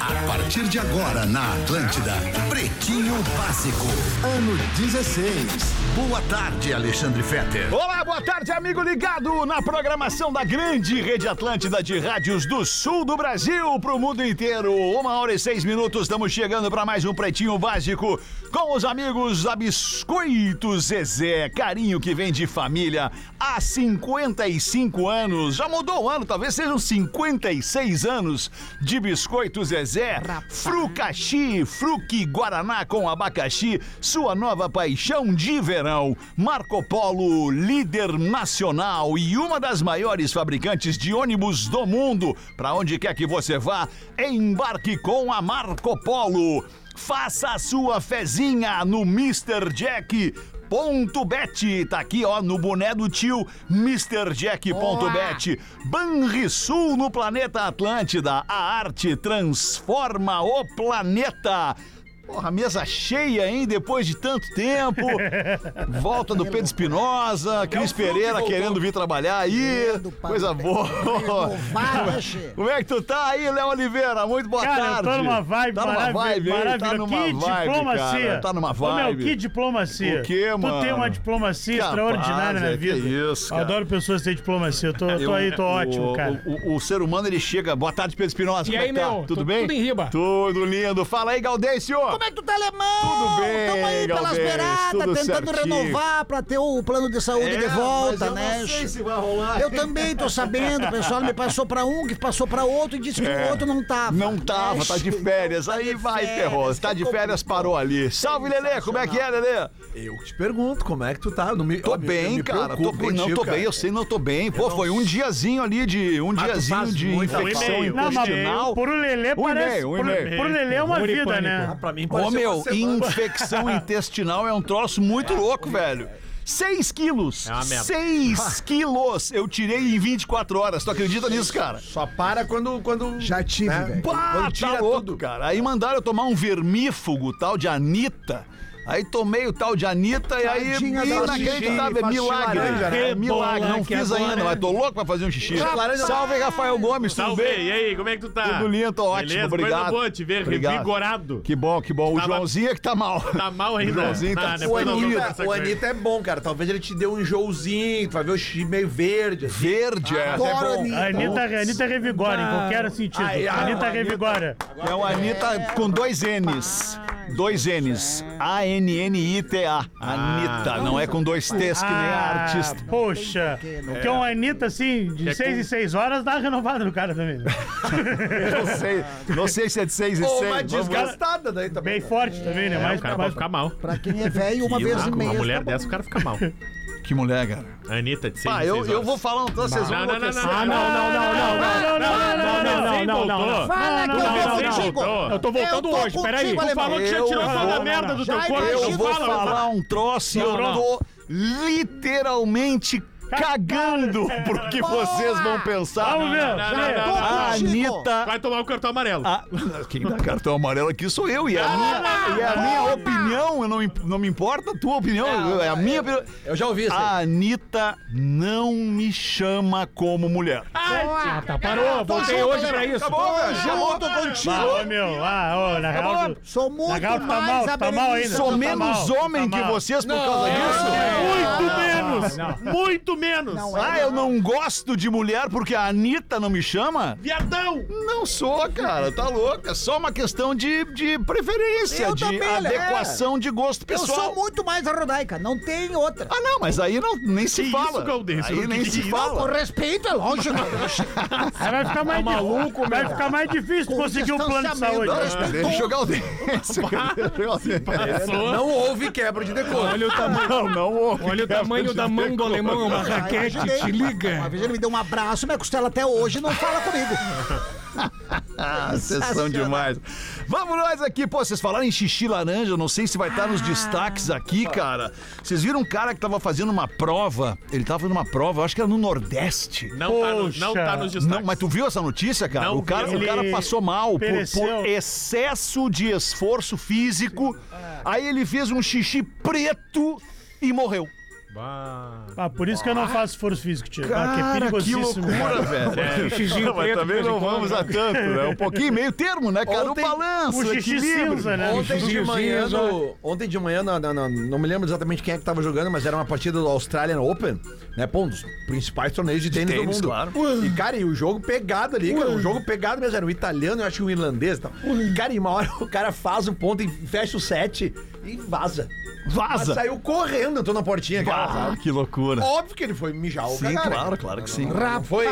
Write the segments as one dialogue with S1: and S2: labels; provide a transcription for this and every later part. S1: A partir de agora na Atlântida, Pretinho Básico, ano 16. Boa tarde, Alexandre Fetter.
S2: Olá, boa tarde, amigo ligado na programação da grande rede Atlântida de rádios do sul do Brasil para o mundo inteiro. Uma hora e seis minutos, estamos chegando para mais um Pretinho Básico com os amigos da Biscoito Zezé. Carinho que vem de família há 55 anos. Já mudou o ano, talvez sejam 56 anos de Biscoito Zezé. Frucaxi, Fruque Guaraná com abacaxi, sua nova paixão de verão. Marco Polo, líder nacional e uma das maiores fabricantes de ônibus do mundo. Para onde quer que você vá, embarque com a Marco Polo. Faça a sua fezinha no Mr. Jack. Ponto .bet, tá aqui ó, no boné do tio, MrJack.bet. Banrisul no planeta Atlântida, a arte transforma o planeta. Porra, mesa cheia, hein? Depois de tanto tempo. Volta do Pedro
S3: É um
S2: Espinosa, Cris Pereira querendo vir trabalhar aí. Coisa boa. Como é que tu tá aí, Léo Oliveira? Muito boa
S3: Cara,
S2: Tá tarde.
S3: eu tô numa vibe
S2: tá numa
S3: maravilhosa.
S2: vibe, hein? Tá numa
S3: que
S2: vibe,
S3: diplomacia.
S2: cara. Tá numa vibe.
S3: Ô, meu, que diplomacia.
S2: O quê, mano?
S3: Tu tem uma diplomacia
S2: Capaz,
S3: extraordinária
S2: é,
S3: na
S2: que
S3: vida.
S2: isso, cara.
S3: Adoro pessoas que têm diplomacia. Eu tô, eu tô
S2: Eu-
S3: aí, tô
S2: o-
S3: ótimo, cara. Um
S2: O, o- o ser humano, ele chega. Boa tarde, Pedro Espinosa.
S4: E
S2: Como é
S4: aí,
S2: que tá?
S4: meu?
S2: Tudo
S4: Tu-
S2: bem?
S4: tudo em riba.
S2: Tudo lindo. Fala aí, Gaudêncio.
S5: Como é que tu tá alemão?
S2: Tudo bem,
S5: Tamo aí pelas
S2: Galdês, tudo
S5: beiradas, tentando
S2: certinho.
S5: renovar pra ter o plano de
S2: É,
S5: saúde de volta, né?
S2: vai rolar.
S5: Eu também tô sabendo, o pessoal me passou pra um, que passou pra outro e disse que
S2: É.
S5: o outro não tava.
S2: Não tava,
S5: É,
S2: tá de férias. Aí vai,
S5: férias,
S2: ferrou. Tá
S5: que
S2: de férias,
S5: complicado.
S2: parou ali. Salve, Lelê. Como é que é, Lelê?
S6: Eu que te pergunto, como é que tu tá? Não me,
S2: Tô
S6: ó, me-
S2: bem,
S6: me
S2: cara. Tô
S6: preocupo
S2: bem. Não,
S6: contigo,
S2: tô
S6: cara.
S2: bem. Eu sei, não tô bem. Pô, foi um diazinho ali de... Um
S6: tu
S2: diazinho
S6: faz
S2: de
S6: muita
S2: infecção
S6: coisa.
S3: Não, mas
S2: intestinal.
S3: por o Lelê
S2: Um
S3: parece.
S2: e-mail, um
S3: por,
S2: e-mail.
S3: por o Lelê é uma
S4: Amor e
S3: vida,
S4: pânico.
S3: né?
S6: Ah, pra mim
S2: Ô,
S6: pareceu uma
S2: meu,
S6: semana.
S2: infecção intestinal é um troço muito louco, velho. 6 quilos!
S4: É uma merda.
S2: 6 quilos! Eu tirei em 24 horas, tu acredita nisso, cara?
S6: Só para quando... quando né?
S5: Já tive, velho.
S2: Pá,
S6: Quando
S2: tá
S6: tira
S2: louco,
S6: tudo.
S2: cara. Aí mandaram eu tomar um vermífugo, tal de Anitta. Aí tomei o tal de Anitta e aí
S5: Tadinha da
S2: inacreditável, é
S6: xixi,
S2: milagre.
S6: faz xixi laranja,
S2: É
S4: né?
S2: milagre, não
S4: Que
S2: fiz
S4: agora
S2: ainda,
S4: é-
S2: mas tô louco pra fazer um xixi.
S6: Laranja-
S2: Salve, Rafael Gomes, tudo
S4: Salve,
S2: bem?
S4: e aí, como é que tu tá?
S2: Tudo lindo, tô ótimo,
S4: Beleza,
S2: obrigado.
S4: Coisa boa te ver
S2: Obrigado.
S4: revigorado.
S2: Que bom, que bom. O
S4: Tava-
S2: Joãozinho é que tá mal.
S4: Tá mal ainda.
S2: Joãozinho tá
S4: Ah,
S6: O
S4: depois nós vamos
S6: Anitta,
S4: conversar
S6: o
S4: com ele.
S6: Anitta é bom, cara. Talvez ele te dê um enjoozinho, tu vai ver o xixi meio verde. assim.
S2: Verde, é.
S6: Mas é bom.
S3: A Anitta, a Anitta revigora, em qualquer sentido.
S6: Ai,
S3: a
S6: ai,
S3: Anitta
S6: a Anitta-
S3: revigora.
S2: É o Anitta com dois N's. Dois N's. A-N-N-I-T-A. Anitta, não é com dois T's que nem a
S3: Ah,
S2: artista. É.
S3: Poxa, porque uma Anitta, assim, de
S4: é
S3: 6
S4: com-
S3: em 6 horas, dá uma renovada no cara também.
S2: Não sei, não sei se é de 6 e
S6: Ou
S2: 6.
S6: uma desgastada daí também.
S3: Bem forte também, né?
S4: É,
S3: Mais,
S4: o cara
S3: mais
S4: pode ficar mal.
S5: Pra quem é velho, uma
S4: Que
S5: vez
S4: louco,
S5: e meia.
S4: uma
S5: tá
S4: mulher
S5: bom.
S4: dessa, o cara fica mal.
S2: Que mulher, cara.
S4: Anitta, de seis
S2: Pá,
S4: em
S2: eu,
S4: seis
S2: eu
S4: horas.
S2: vou falar um troço, vocês vão
S4: Não, não, não, não,
S2: enlouquecer.
S3: Ah, não, não, não, não, não, não, não, não, não, não, não, não, não.
S5: Fala que eu
S3: Não,
S5: vou
S3: não, não.
S5: contigo.
S4: voltou.
S3: Eu tô voltando
S5: Eu tô
S3: hoje, peraí.
S5: contigo,
S3: Tu
S5: alemão.
S3: falou que já
S2: Eu
S3: tirou toda a
S2: vou-
S3: merda do
S5: Já
S3: teu corpo.
S5: imagino
S2: Eu vou
S5: Fala,
S2: falar um troço e eu
S3: Não, não.
S2: tô literalmente cagando pro que vocês vão pensar.
S3: Vamos ver. peraí.
S4: não, não, não.
S2: A Anitta.
S4: Vai tomar o cartão amarelo.
S2: a- quem dá cartão amarelo aqui sou eu. E a
S5: Ah,
S2: minha, e a minha opinião, eu não, imp- não me importa a tua opinião, é a minha opinião.
S6: Eu já ouvi isso.
S4: Ah,
S2: A Anitta não me chama como mulher.
S4: Ah, tá,
S3: Parou, voltei hoje pra isso.
S2: Acabou, velho. Acabou.
S5: Junto
S3: Ah,
S5: contigo.
S3: ô, meu, ah, ô, na real. tu-
S5: Sou muito
S3: Na real, tu tá
S5: mais
S3: mal,
S5: a
S3: tá mal ainda.
S5: Berenice.
S2: Sou
S3: Tá
S2: menos
S3: mal,
S2: homem
S3: tá
S2: que
S3: mal.
S2: vocês por causa
S5: é,
S2: disso?
S4: Muito menos! Muito menos!
S5: Não,
S2: Ah, eu não gosto de mulher porque a Anitta não me chama?
S4: Viadão!
S2: Não sou, cara, tá louca. É só uma questão de, de preferência,
S5: Eu
S2: de
S5: também, Lelé.
S2: adequação de gosto
S5: Eu
S2: pessoal.
S5: sou muito mais a Rodaica, não tem outra.
S2: Ah, não, mas aí não, nem se
S4: Que
S2: fala.
S4: isso, Gaudêncio?
S2: aí
S4: Que
S2: nem
S4: que
S2: se
S4: isso?
S5: Com
S2: fala.
S5: respeito, é lógico.
S3: Aí vai ficar mais maluco, vai ficar mais difícil
S5: Com
S3: conseguir um plano de
S5: distanciamento, né?
S3: saúde.
S5: respeito.
S2: Ah, Deixa eu jogar o dente.
S4: Passou.
S6: Não houve quebra de decoro. Olha o tamanho.
S2: Não, não ouve.
S4: Olha o tamanho da mão do alemão, é uma
S5: Aí eu
S4: raquete,
S5: ajudei.
S4: te liga.
S5: Uma vez ele me deu um abraço, minha costela até hoje não fala comigo.
S2: Ah, vocês são demais. Vamos nós aqui, pô, vocês falaram em xixi laranja, eu não sei se vai estar nos destaques aqui, cara. Vocês viram um cara que tava fazendo uma prova, ele tava fazendo uma prova, eu acho que era no Nordeste.
S4: Não tá, no, não tá nos destaques.
S2: Não, mas tu viu essa notícia, cara?
S4: Não
S2: o cara,
S4: vi.
S2: o cara
S3: Ele
S2: passou mal por,
S3: pereceu.
S2: por excesso de esforço físico. Aí ele fez um xixi preto e morreu.
S3: Ah, por isso que eu não faço esforço físico, tio. Ah, que é
S2: Cara, que
S3: perigosíssimo.
S2: loucura, velho.
S4: É.
S2: Não, mas também não vamos a tanto, né? Um pouquinho meio termo, né, cara?
S6: Ontem,
S2: o balanço,
S3: O xixi
S2: equilíbrio.
S3: cinza, né?
S6: Ontem de
S3: Xixi
S6: manhã,
S3: cinza.
S6: no- ontem de manhã na- na- na- não me lembro exatamente quem é que tava jogando, mas era uma partida do Australian Open, né? Pô, um dos principais torneios de tênis,
S2: tênis,
S6: do mundo.
S2: claro.
S6: E, cara, e o jogo pegado ali, cara, um jogo pegado mesmo, era um italiano, eu acho que um irlandês e tal. E, cara, e uma hora o cara faz o ponto e fecha o set e vaza. Mas
S2: Vaza.
S6: saiu correndo, entrou na portinha, cara.
S2: Ah,
S6: sabe?
S2: que loucura.
S6: Óbvio que ele foi mijar o
S2: Sim, claro, claro que sim.
S6: Não foi...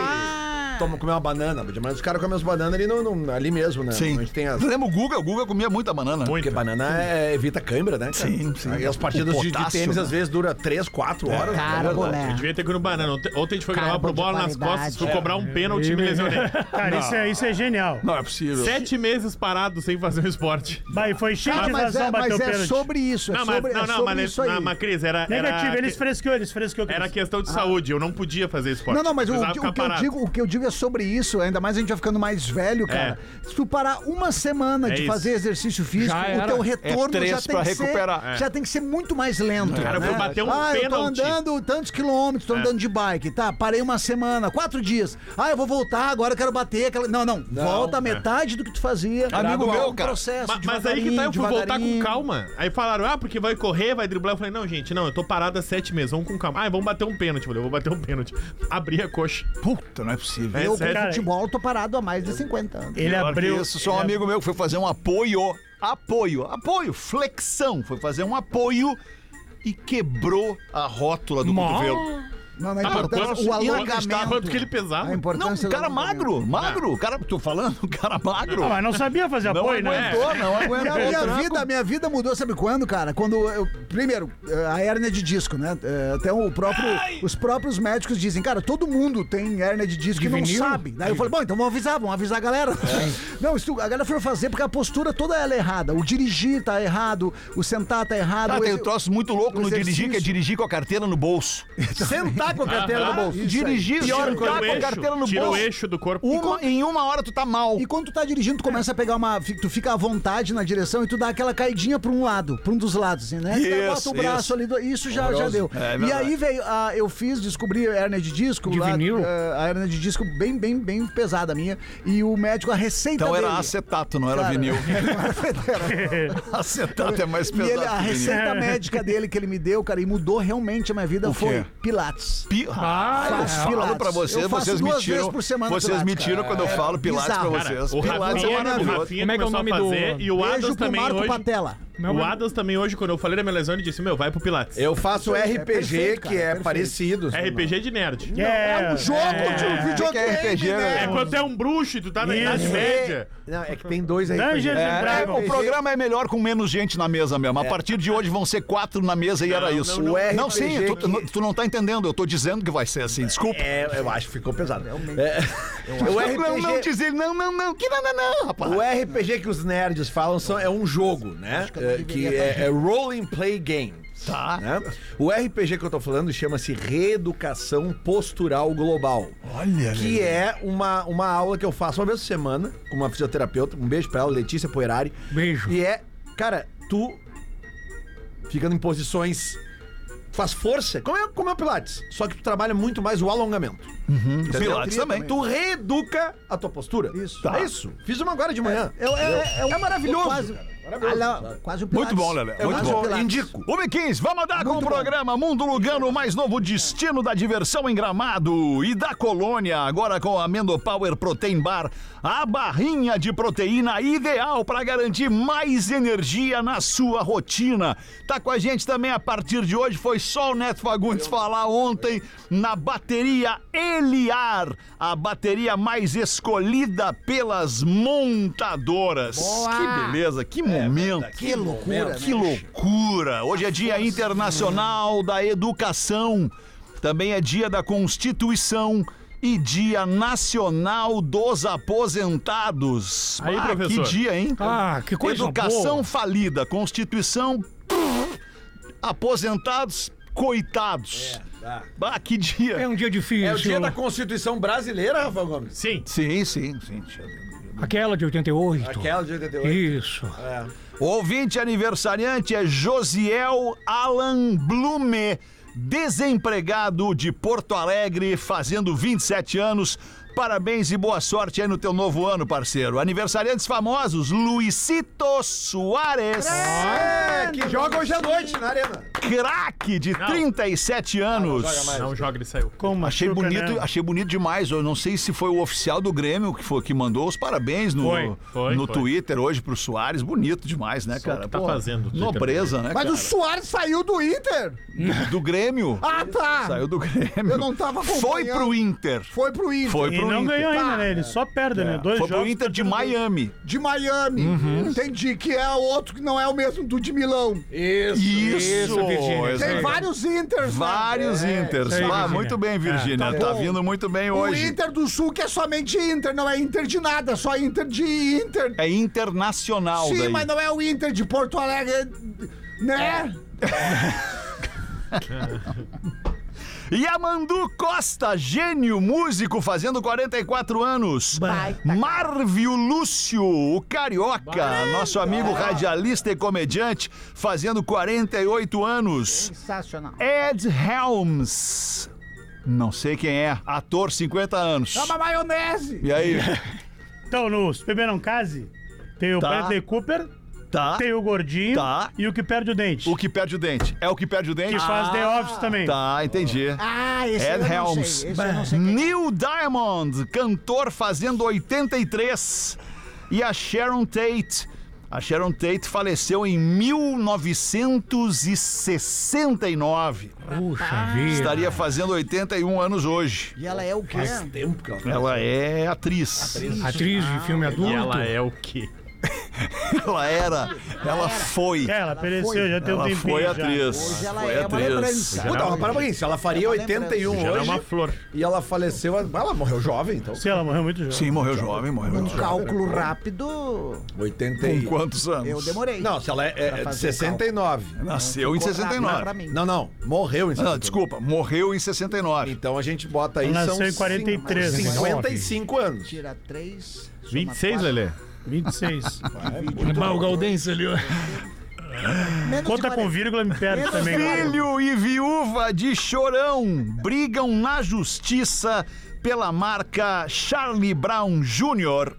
S6: Toma, comer uma banana, mas os caras comem as bananas ali, no, no- ali mesmo, né?
S2: Sim.
S6: A gente tem as...
S2: Lembra o Guga? O Guga comia muita banana.
S6: Porque banana é- evita câimbra, né? cara?
S2: Sim, sim.
S6: Aí as partidas
S2: O
S6: de, de
S2: potássio,
S6: tênis
S2: né? É.
S6: às vezes dura 3, 4 horas.
S5: Tá. É
S7: Carbo,
S6: né?
S7: né?
S4: Devia ter que ir no banana. Ontem- Ontem a gente foi
S7: Carbo
S4: gravar pro
S7: de
S4: bola nas
S7: qualidade.
S4: costas, foi cobrar
S5: É.
S4: um pênalti e me lesionei.
S3: Cara, isso é, isso é genial.
S2: Não é possível.
S4: Sete meses parado sem fazer um esporte.
S3: Bah, e foi cheio
S5: Ah,
S3: de
S5: mas
S3: razão
S5: é,
S3: bater
S5: mas
S3: o
S5: é
S3: pênalti.
S5: sobre isso. É
S4: Não, mas,
S5: sobre,
S4: não,
S5: é
S4: não,
S5: sobre
S4: mas,
S5: isso aí.
S4: não, mas Cris, era.
S3: Negativo,
S4: era,
S3: eles fresqueou, eles fresqueou. Cris.
S4: era questão de saúde, eu não podia fazer esporte.
S5: Não, não, mas o,
S4: Precisava
S5: o
S4: ficar
S5: que eu
S4: parado.
S5: digo, o que eu digo é sobre isso, ainda mais a gente vai ficando mais velho, cara. Se tu parar uma semana
S4: É
S5: de
S4: isso.
S5: fazer exercício físico,
S3: Já
S5: o
S3: era.
S5: teu retorno
S2: É três
S5: já tem
S2: pra
S5: que
S2: recuperar.
S5: ser, já tem que ser muito mais lento.
S4: É. Cara, eu
S5: né?
S4: fui bater um
S5: ah, eu tô
S4: pênalti. É.
S5: andando tantos quilômetros, tô andando de bike, tá? Parei uma semana, quatro dias. Ah, eu vou voltar, agora eu quero bater aquela... Não, não, volta a metade do que tu fazia.
S2: é. Amigo
S5: Gradual,
S2: meu,
S5: um
S2: cara.
S5: processo,
S4: Ma- Mas aí que tá, eu fui
S5: devagarinho,
S4: voltar com
S5: devagarinho.
S4: calma. Aí falaram, ah, porque vai correr, vai driblar. Eu falei, não, gente, não, eu tô parado há sete meses, vamos com calma. Ah, vamos bater um pênalti. Eu falei, eu vou bater um pênalti. Abri a coxa.
S2: Puta, não é possível.
S4: É
S5: Eu
S4: sério.
S5: com futebol tô parado há mais de 50 anos.
S3: Ele
S2: Pior que
S3: abriu.
S2: Isso, só um
S3: ele
S2: amigo meu que foi fazer um apoio, apoio, apoio, flexão, foi fazer um apoio e quebrou a rótula do cotovelo.
S5: Não, não é
S4: Ah,
S5: importante.
S4: quanto-
S5: O
S4: quanto-
S5: alongamento.
S4: Quanto que ele pesava.
S5: A
S2: Não,
S5: importância
S2: um cara
S5: do
S2: magro, magro, cara, tô falando, um cara magro.
S3: Ah, mas não sabia fazer
S2: Não
S3: apoio, né?
S2: aguentou, não
S5: A
S2: aguentou.
S5: minha vida, a minha vida mudou, sabe quando, cara? Quando eu. Primeiro, eh, a hérnia de disco, né? Eh, Até o próprio, os próprios médicos dizem, cara, todo mundo tem hérnia de disco e não sabe. Daí eu falei, bom, então vamos avisar, vamos avisar a galera.
S2: É.
S5: Não, isso, a galera foi fazer porque a postura toda ela é errada. O dirigir tá errado, o sentar tá errado.
S2: Ah,
S5: o
S2: tem um
S5: exer-
S2: troço muito louco no dirigir, que é
S5: exercício.
S2: dirigir com a carteira no bolso. Ah,
S5: Sentar com a carteira no bolso. Isso aí.
S2: dirigir,
S4: Tira
S2: sentar
S4: o
S2: com a carteira
S4: eixo,
S2: no
S4: tira o
S2: bolso.
S4: eixo do corpo.
S2: Uma, em uma hora tu tá mal.
S5: E quando tu tá dirigindo, tu começa a pegar uma. fi- Tu fica à vontade na direção e tu dá aquela caidinha pra um lado, pra um dos lados, assim, né? Tu
S2: Isso,
S5: bota o braço
S2: isso.
S5: ali, do- isso já, já deu.
S2: É
S5: e
S2: verdade.
S5: aí, velho, ah, eu fiz, descobri a hernia de disco. lá, ah, a hernia de disco bem, bem, bem pesada a minha. E o médico, a receita
S2: Então
S5: dele.
S2: era acetato, não era
S5: Cara,
S2: vinil.
S5: era-
S2: Acetato é mais
S5: e
S2: pesado.
S5: ele, a
S2: que vinil.
S5: receita médica dele que ele me deu, cara, e mudou realmente a minha vida
S2: O
S5: foi
S2: quê?
S5: Pilates.
S2: Pi-
S5: Faço
S2: eu falo
S5: Pilates.
S2: pra vocês,
S5: Eu faço
S2: vocês me
S5: duas
S2: tiram.
S5: vezes por semana
S2: vocês me
S5: Pilates,
S2: tiram quando eu
S5: É
S2: falo Pilates pra
S5: bizarro.
S2: vocês.
S4: O
S2: Pilates é
S4: Rafinha, o
S2: maravilhoso.
S4: Rafinha
S8: Como é que é o
S4: começou a
S8: nome do-
S4: fazer e o
S5: Beijo
S4: Adas
S5: pro
S4: também
S5: Marco
S4: hoje.
S5: Patela.
S4: O Adas também hoje, quando eu falei da minha lesão, ele disse, meu, vai pro Pilates.
S6: Eu
S5: Isso
S6: faço
S5: aí, é
S6: RPG,
S5: perfeito,
S6: que
S5: cara,
S6: é
S5: perfeito.
S6: parecido. assim,
S4: RPG de nerd.
S3: É, um jogo.
S2: Que é RPG,
S4: É
S2: né?
S4: quando é um bruxo e tu tá na Idade Média.
S6: não. Não, é que tem dois aí.
S3: Dungeons and
S2: É,
S3: Dragons.
S2: o programa é melhor com menos gente na mesa mesmo. A partir de hoje vão ser quatro na mesa e era isso.
S6: não, não.
S2: Não,
S6: O
S2: sim,
S6: RPG
S2: tu, tu- tu não tá entendendo. Eu tô dizendo que vai ser assim, desculpa.
S6: É, eu acho que ficou pesado. É, o
S2: Não,
S6: RPG,
S2: não dizer, não, não, não, que não, não, não, rapaz.
S6: o RPG que os nerds falam são, é um jogo, né? É, Que, é, é Role and Play Game.
S2: Tá.
S6: né? O RPG que eu tô falando chama-se Reeducação Postural Global. Olha, Que é uma, uma aula que eu faço uma vez por semana com uma fisioterapeuta. Um beijo pra ela, Letícia Poerari. Beijo. E é, cara, tu ficando em posições. Faz força, como é, como é o Pilates. Só que tu trabalha muito mais o alongamento.
S2: O
S6: Entendeu?
S2: Pilates também.
S6: Tu reeduca a tua postura.
S5: Isso.
S6: É isso. Fiz uma agora de manhã.
S5: É, é, é, um-
S6: maravilhoso,
S5: Quase,
S6: cara.
S5: Olha, quase o Pilates.
S2: Muito bom, Lelé.
S5: É
S2: Muito
S5: quase o
S2: bom.
S5: Pilates.
S2: Indico. 1h15, vamos andar com o programa Mundo Lugano, o mais novo destino da diversão em Gramado e da colônia. Agora com a Amendo Power Protein Bar, a barrinha de proteína ideal para garantir mais energia na sua rotina. Tá com a gente também a partir de hoje, foi só o Neto Fagundes falar ontem na bateria Eliar, a bateria mais escolhida pelas montadoras. Que beleza, que momento.
S5: É Que loucura, né,
S2: Que loucura! Hoje é Dia Internacional da Educação. Também é Dia da Constituição e Dia Nacional dos Aposentados.
S4: Aí,
S2: Ah,
S4: professor.
S2: Que dia, hein?
S3: Ah, que coisa
S2: Educação
S3: boa.
S2: falida, Constituição. Aposentados, coitados.
S5: É,
S2: Ah, que dia.
S3: É um dia difícil.
S6: É o dia da Constituição Brasileira, Rafael Gomes.
S4: Sim.
S2: Sim, sim, sim.
S3: Aquela de 88.
S6: Aquela de 88.
S3: Isso.
S2: O ouvinte aniversariante é Josiel Alan Blume, desempregado de Porto Alegre, fazendo 27 anos. Parabéns e boa sorte aí no teu novo ano, parceiro. Aniversariantes famosos, Luicito Soares,
S6: É, que joga hoje à noite na arena.
S2: craque de 37 anos.
S4: Não joga, ele saiu.
S3: Como
S2: Achei
S3: açúcar,
S2: bonito,
S3: né?
S2: achei bonito demais. Eu não sei se foi o oficial do Grêmio que foi que mandou os parabéns no,
S4: Foi, foi,
S2: no
S4: foi.
S2: Twitter hoje pro Soares. Bonito demais, né, cara?
S4: que tá fazendo o Twitter
S2: Nobreza, né,
S9: Mas o
S2: cara?
S9: Soares saiu do Inter.
S2: Do Grêmio.
S9: Ah, tá.
S2: Saiu do Grêmio.
S9: Eu não tava
S2: Foi
S9: acompanhando.
S2: pro Inter.
S9: Foi pro Inter.
S2: Foi
S3: E
S2: pro
S3: não
S2: Inter. Tá.
S3: ganhou ainda, né? Ele só perde, né? Dois
S2: Foi pro
S3: jogos.
S2: Inter de Miami.
S9: De Miami.
S2: Uhum.
S9: Entendi. Que é outro que não é o mesmo do de Milão.
S2: Isso,
S3: Virgínia.
S9: Tem
S2: exato.
S9: vários Inters. né?
S2: Vários
S5: É,
S2: Inters.
S3: isso aí,
S2: Ah,
S3: Virgínia.
S2: muito bem, Virgínia.
S9: tá
S2: tá
S9: bom.
S2: vindo muito bem
S9: O
S2: hoje.
S9: Inter do Sul que é somente Inter, não é Inter de nada, é só Inter de Inter.
S2: É internacional
S9: Sim,
S2: daí.
S9: mas não é o Inter de Porto Alegre, né?
S5: É,
S2: Yamandu Costa, gênio, músico, fazendo 44 anos. Marvio Lúcio, o carioca, nosso amigo radialista e comediante, fazendo 48 anos.
S5: Sensacional.
S2: Ed Helms, não sei quem é, ator, 50 anos.
S3: Tá,
S9: É uma maionese.
S2: E aí?
S3: Então, no Primeiro Case, tem o
S2: Tá.
S3: Bradley Cooper,
S2: Tá.
S3: tem o Gordinho
S2: Tá.
S3: e o que perde o dente.
S2: O que perde o dente? É o que perde o dente?
S3: Que faz The Office também.
S2: Tá, entendi.
S5: Ah, esse
S2: Ed
S5: eu não
S2: Helms.
S5: sei. é Esse eu não sei.
S2: Neil Diamond, cantor fazendo 83. E a Sharon Tate. A Sharon Tate faleceu em 1969.
S3: Puxa vida.
S2: Estaria fazendo 81 anos hoje.
S5: E ela é o quê?
S6: Tempo que ela faz.
S2: Ela é atriz.
S3: Atriz de filme
S2: Ah,
S3: adulto.
S4: E ela é o quê?
S2: Ela era. Ela foi.
S3: É, ela pereceu,
S5: foi.
S3: já tem um
S2: Ela
S3: tempinho
S2: foi
S3: já.
S2: atriz.
S5: Hoje ela
S2: Foi
S5: é uma
S2: atriz.
S5: lembrança.
S6: Puta, mas para pra isso. Ela faria
S5: Tava lembrando.
S6: 81
S4: Já é
S6: hoje
S4: uma flor.
S6: e ela faleceu. Ela morreu jovem, então.
S3: Sim, ela morreu muito jovem.
S2: Sim, morreu jovem, morreu
S5: Um
S2: jovem.
S5: cálculo rápido,
S6: 80
S2: Com
S6: e...
S2: quantos
S5: eu
S2: anos?
S5: demorei.
S6: Não, se ela é,
S5: Pra
S6: é de
S5: fazer o
S6: 69.
S2: Nasceu em
S5: Ficou rápido
S2: 69.
S5: pra mim.
S6: Não, não. Morreu em
S2: Ah,
S6: 69.
S2: Não, desculpa, morreu em 69.
S6: Então a gente bota aí.
S3: Ela
S6: são
S3: nasceu em 43,
S6: cin-
S3: né?
S6: 55 anos.
S5: Tira 3.
S4: 26, Lelê.
S3: 26.
S4: Mal Galdense ali, ó.
S3: Conta com vírgula, me perde
S5: Menos
S3: também.
S5: de
S3: cara.
S2: Filho e viúva de Chorão brigam na justiça pela marca Charlie Brown Jr.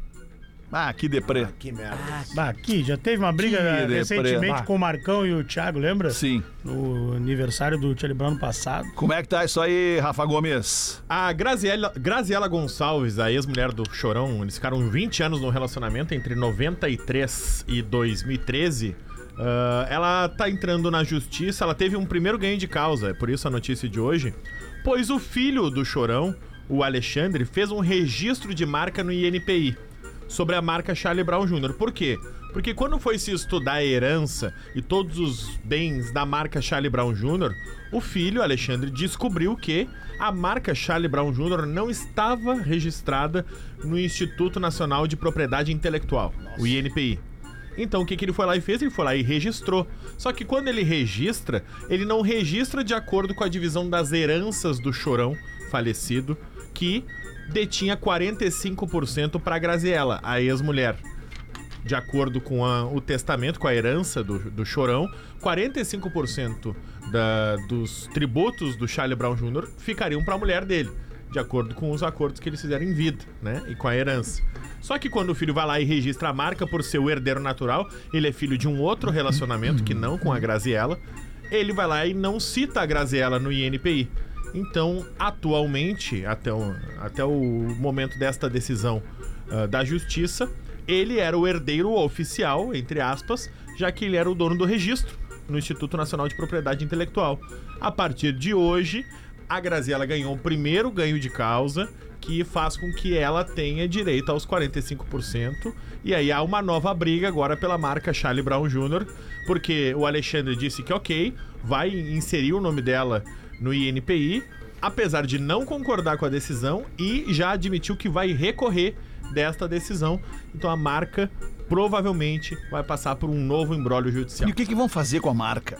S2: Ah, que deprê.
S6: Que merda.
S3: Bah, aqui, já teve uma briga
S2: Que deprê.
S3: recentemente
S2: Bah.
S3: com o Marcão e o Thiago, lembra?
S2: Sim.
S3: No aniversário do Charlie Brown no passado.
S2: Como é que tá isso aí, Rafa Gomes?
S4: A Graziela, Graziela Gonçalves, a ex-mulher do Chorão, eles ficaram 20 anos num relacionamento entre 93 e 2013. Ah, ela tá entrando na justiça, ela teve um primeiro ganho de causa, é por isso a notícia de hoje. Pois o filho do Chorão, o Alexandre, fez um registro de marca no INPI sobre a marca Charlie Brown Jr. Por quê? Porque quando foi se estudar a herança e todos os bens da marca Charlie Brown Jr., o filho, Alexandre, descobriu que a marca Charlie Brown Jr. não estava registrada no Instituto Nacional de Propriedade Intelectual, o INPI. Então o que, que ele foi lá e fez? Ele foi lá e registrou. Só que quando ele registra, ele não registra de acordo com a divisão das heranças do chorão falecido, que detinha 45% para Graziella, a ex-mulher. De acordo com a- o testamento, com a herança do, do chorão, 45% da- dos tributos do Charlie Brown Jr. ficariam para a mulher dele de acordo com os acordos que eles fizeram em vida, né? E com a herança. Só que quando o filho vai lá e registra a marca por ser o herdeiro natural, ele é filho de um outro relacionamento que não com a Graziella, ele vai lá e não cita a Graziella no INPI. Então, atualmente, até o, até o momento desta decisão ah, da justiça, ele era o herdeiro oficial, entre aspas, já que ele era o dono do registro no Instituto Nacional de Propriedade Intelectual. A partir de hoje, a Graziella ganhou o primeiro ganho de causa, que faz com que ela tenha direito aos 45%. E aí há uma nova briga agora pela marca Charlie Brown Jr., porque o Alexandre disse que ok, vai inserir o nome dela no INPI. apesar de não concordar com a decisão e já admitiu que vai recorrer desta decisão. Então a marca provavelmente vai passar por um novo embrólio judicial.
S2: E o que, que vão fazer com a marca?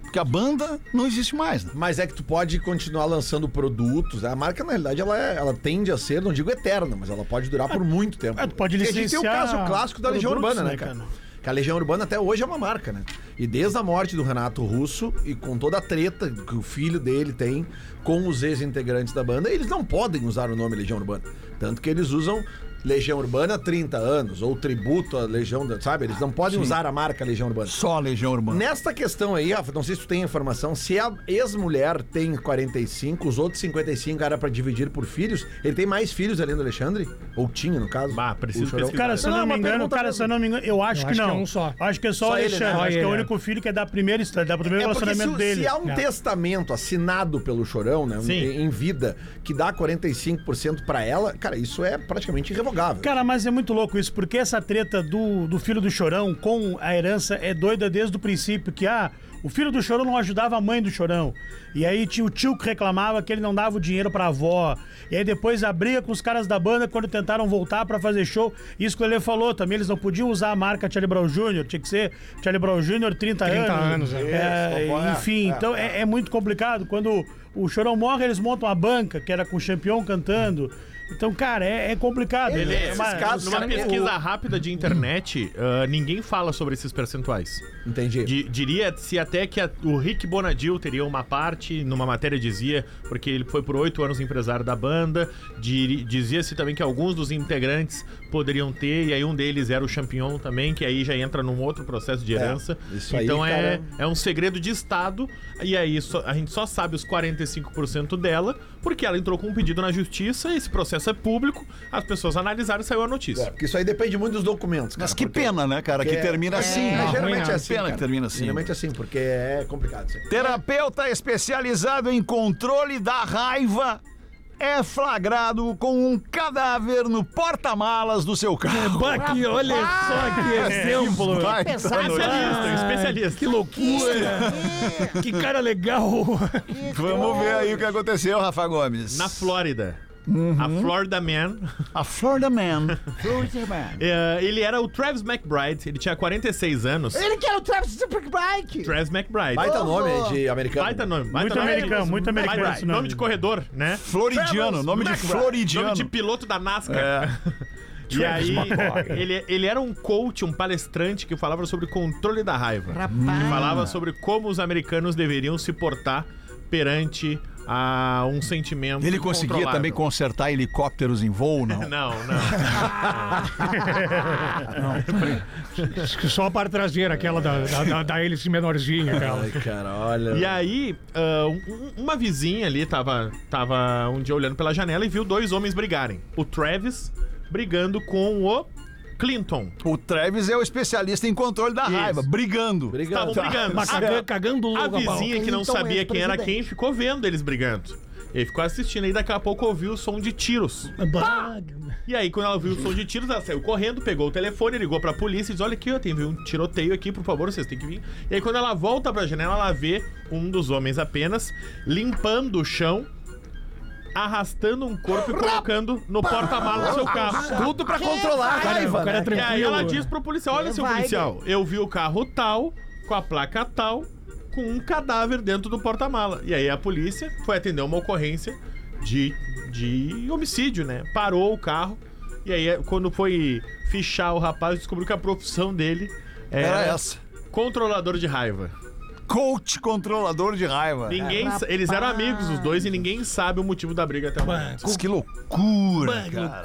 S2: Porque a banda não existe mais, né?
S6: Mas é que tu pode continuar lançando produtos. né? A marca, na realidade, ela, é- ela tende a ser, não digo eterna, mas ela pode durar por muito tempo.
S3: é, tu pode
S6: Porque A gente tem o
S3: licenciar
S6: caso clássico da Legião
S3: produtos,
S6: Urbana, né,
S3: né,
S6: cara?
S3: cara?
S6: Que a Legião Urbana até hoje é uma marca, né? E desde a morte do Renato Russo e com toda a treta que o filho dele tem com os ex-integrantes da banda, eles não podem usar o nome Legião Urbana. Tanto que eles usam Legião Urbana 30 anos, ou tributo à Legião, sabe? Eles não podem usar a marca Legião Urbana.
S2: Só a Legião Urbana.
S6: Nesta questão aí, Rafa, não sei se tu tem a informação, se a ex-mulher tem 45, os outros 55 era pra dividir por filhos, ele tem mais filhos além do Alexandre? Ou tinha, no caso?
S4: Bah, preciso
S6: O Chorão.
S4: pesquisar.
S3: Cara, se eu não,
S6: é
S3: me
S6: uma
S3: engano,
S6: pergunta
S3: cara,
S6: mesmo.
S3: se eu não me engano, eu acho
S10: Eu
S3: que
S10: acho que
S3: não.
S10: é um só.
S3: Acho que é só, o
S6: Só ele,
S3: Alexandre,
S6: né?
S3: acho que é o
S10: Ele, né?
S3: único filho que é da primeira história, da primeiro
S6: É porque se,
S3: relacionamento
S6: o-
S3: dele.
S6: se há um
S3: É.
S6: testamento assinado pelo Chorão, né,
S4: Sim.
S6: em em vida, que dá 45% pra ela, cara, isso é praticamente irrevogável.
S3: Cara, mas é muito louco isso, porque essa treta do, do filho do chorão com a herança é doida desde o princípio que ah, o filho do chorão não ajudava a mãe do chorão. E aí tinha o tio que reclamava que ele não dava o dinheiro pra avó. E aí depois a briga com os caras da banda quando tentaram voltar pra fazer show. Isso que o Lele falou também, eles não podiam usar a marca Charlie Brown Jr., tinha que ser Charlie Brown Jr. 30,
S10: 30
S3: anos.
S10: anos, é.
S3: É, enfim, então é, é muito complicado. Quando o Chorão morre, eles montam a banca, que era com o Champion cantando. Então, cara, é, é complicado.
S6: Ele-
S3: É,
S6: esses
S3: mas-
S6: casos-
S4: Numa
S6: cara,
S4: pesquisa rápida de internet, ah, ninguém fala sobre esses percentuais.
S6: Entendi.
S4: Di- Diria-se até que a- o Rick Bonadil teria uma parte, numa matéria dizia, porque ele foi por oito anos empresário da banda, diri- dizia-se também que alguns dos integrantes poderiam ter, e aí um deles era o Champignon também, que aí já entra num outro processo de herança.
S6: É, isso aí,
S4: então é,
S6: cara.
S4: é um segredo de Estado, e aí só- a gente só sabe os 45% dela, porque ela entrou com um pedido na justiça, esse processo é público, as pessoas analisaram e saiu a
S6: É,
S4: notícia.
S6: porque isso aí depende muito dos documentos.
S2: Mas
S6: cara,
S2: que
S6: porque-
S2: pena, né, cara? Que
S6: É,
S2: termina
S6: é,
S2: assim.
S6: é,
S2: né?
S6: geralmente é assim.
S2: Pena
S6: cara.
S2: que termina assim.
S6: Geralmente é assim, porque é complicado isso aí.
S2: Terapeuta especializado em controle da raiva é flagrado com um cadáver no porta-malas do seu carro.
S10: Bucky, olha só que exemplo.
S4: Especialista, especialista. Que loucura.
S10: Que cara legal.
S2: Vamos ver aí o que aconteceu, Rafa Gomes.
S4: Na Flórida. A Florida Man.
S2: A Florida Man.
S4: eh, ele era o Travis McBride, ele tinha 46 anos.
S5: Ele quer o Travis Superbike.
S4: Travis McBride.
S2: Tá
S6: Baita nome de americano.
S4: Baita nome. Baita
S3: Muito
S4: nome.
S3: americano, muito americano
S4: Baita-
S3: esse
S4: nome.
S3: nome.
S4: de corredor, né?
S2: Floridiano, é nome de Floridiano. É.
S4: Nome de piloto da NASCAR. E
S2: Travis
S4: aí,
S2: McBride.
S4: ele, ele era um coach, um palestrante que falava sobre controle da raiva. Que falava sobre como os americanos deveriam se portar perante a um sentimento
S2: Ele conseguia também
S4: incontrolável.
S2: consertar helicópteros em voo, não?
S4: Não, não.
S10: Só a parte traseira, aquela da, da, da, da hélice menorzinha, cara.
S6: Ai, cara, olha.
S4: E aí, ah, um- uma vizinha ali tava, tava um dia olhando pela janela e viu dois homens brigarem. O Travis brigando com o Clinton.
S2: O Travis é o especialista em controle da raiva, brigando.
S6: Obrigado.
S4: Estavam brigando.
S10: Mas caga- cagando
S4: A
S10: logo a pau.
S4: vizinha que não
S5: Clinton
S4: sabia
S5: é
S4: quem era
S5: presidente.
S4: quem ficou vendo eles brigando. Ele ficou assistindo e daqui a pouco ouviu o som de tiros.
S10: Ah, Bah!
S4: E aí, quando ela viu o som de tiros, ela saiu correndo, pegou o telefone, ligou pra polícia e disse: Olha aqui, ó, teve um tiroteio aqui, por favor, vocês têm que vir. E aí, quando ela volta pra janela, ela vê um dos homens apenas limpando o chão, arrastando um corpo e colocando no porta-malas do seu carro.
S6: Tudo pra controlar a raiva.
S10: O cara é
S6: né?
S4: E aí, ela
S10: tranquilo. É
S4: diz pro policial: Olha, seu
S5: vai,
S4: policial, eu vi o carro tal, com a placa tal, com um cadáver dentro do porta-mala. E aí, a polícia foi atender uma ocorrência de, de homicídio, né? Parou o carro. E aí, quando foi fichar o rapaz, descobriu que a profissão dele era,
S2: Era essa.
S4: controlador de raiva.
S2: Coach controlador de raiva.
S4: Ninguém, sa- eles eram amigos os dois e ninguém sabe o motivo da briga até o momento.
S2: Mas que loucura, cara.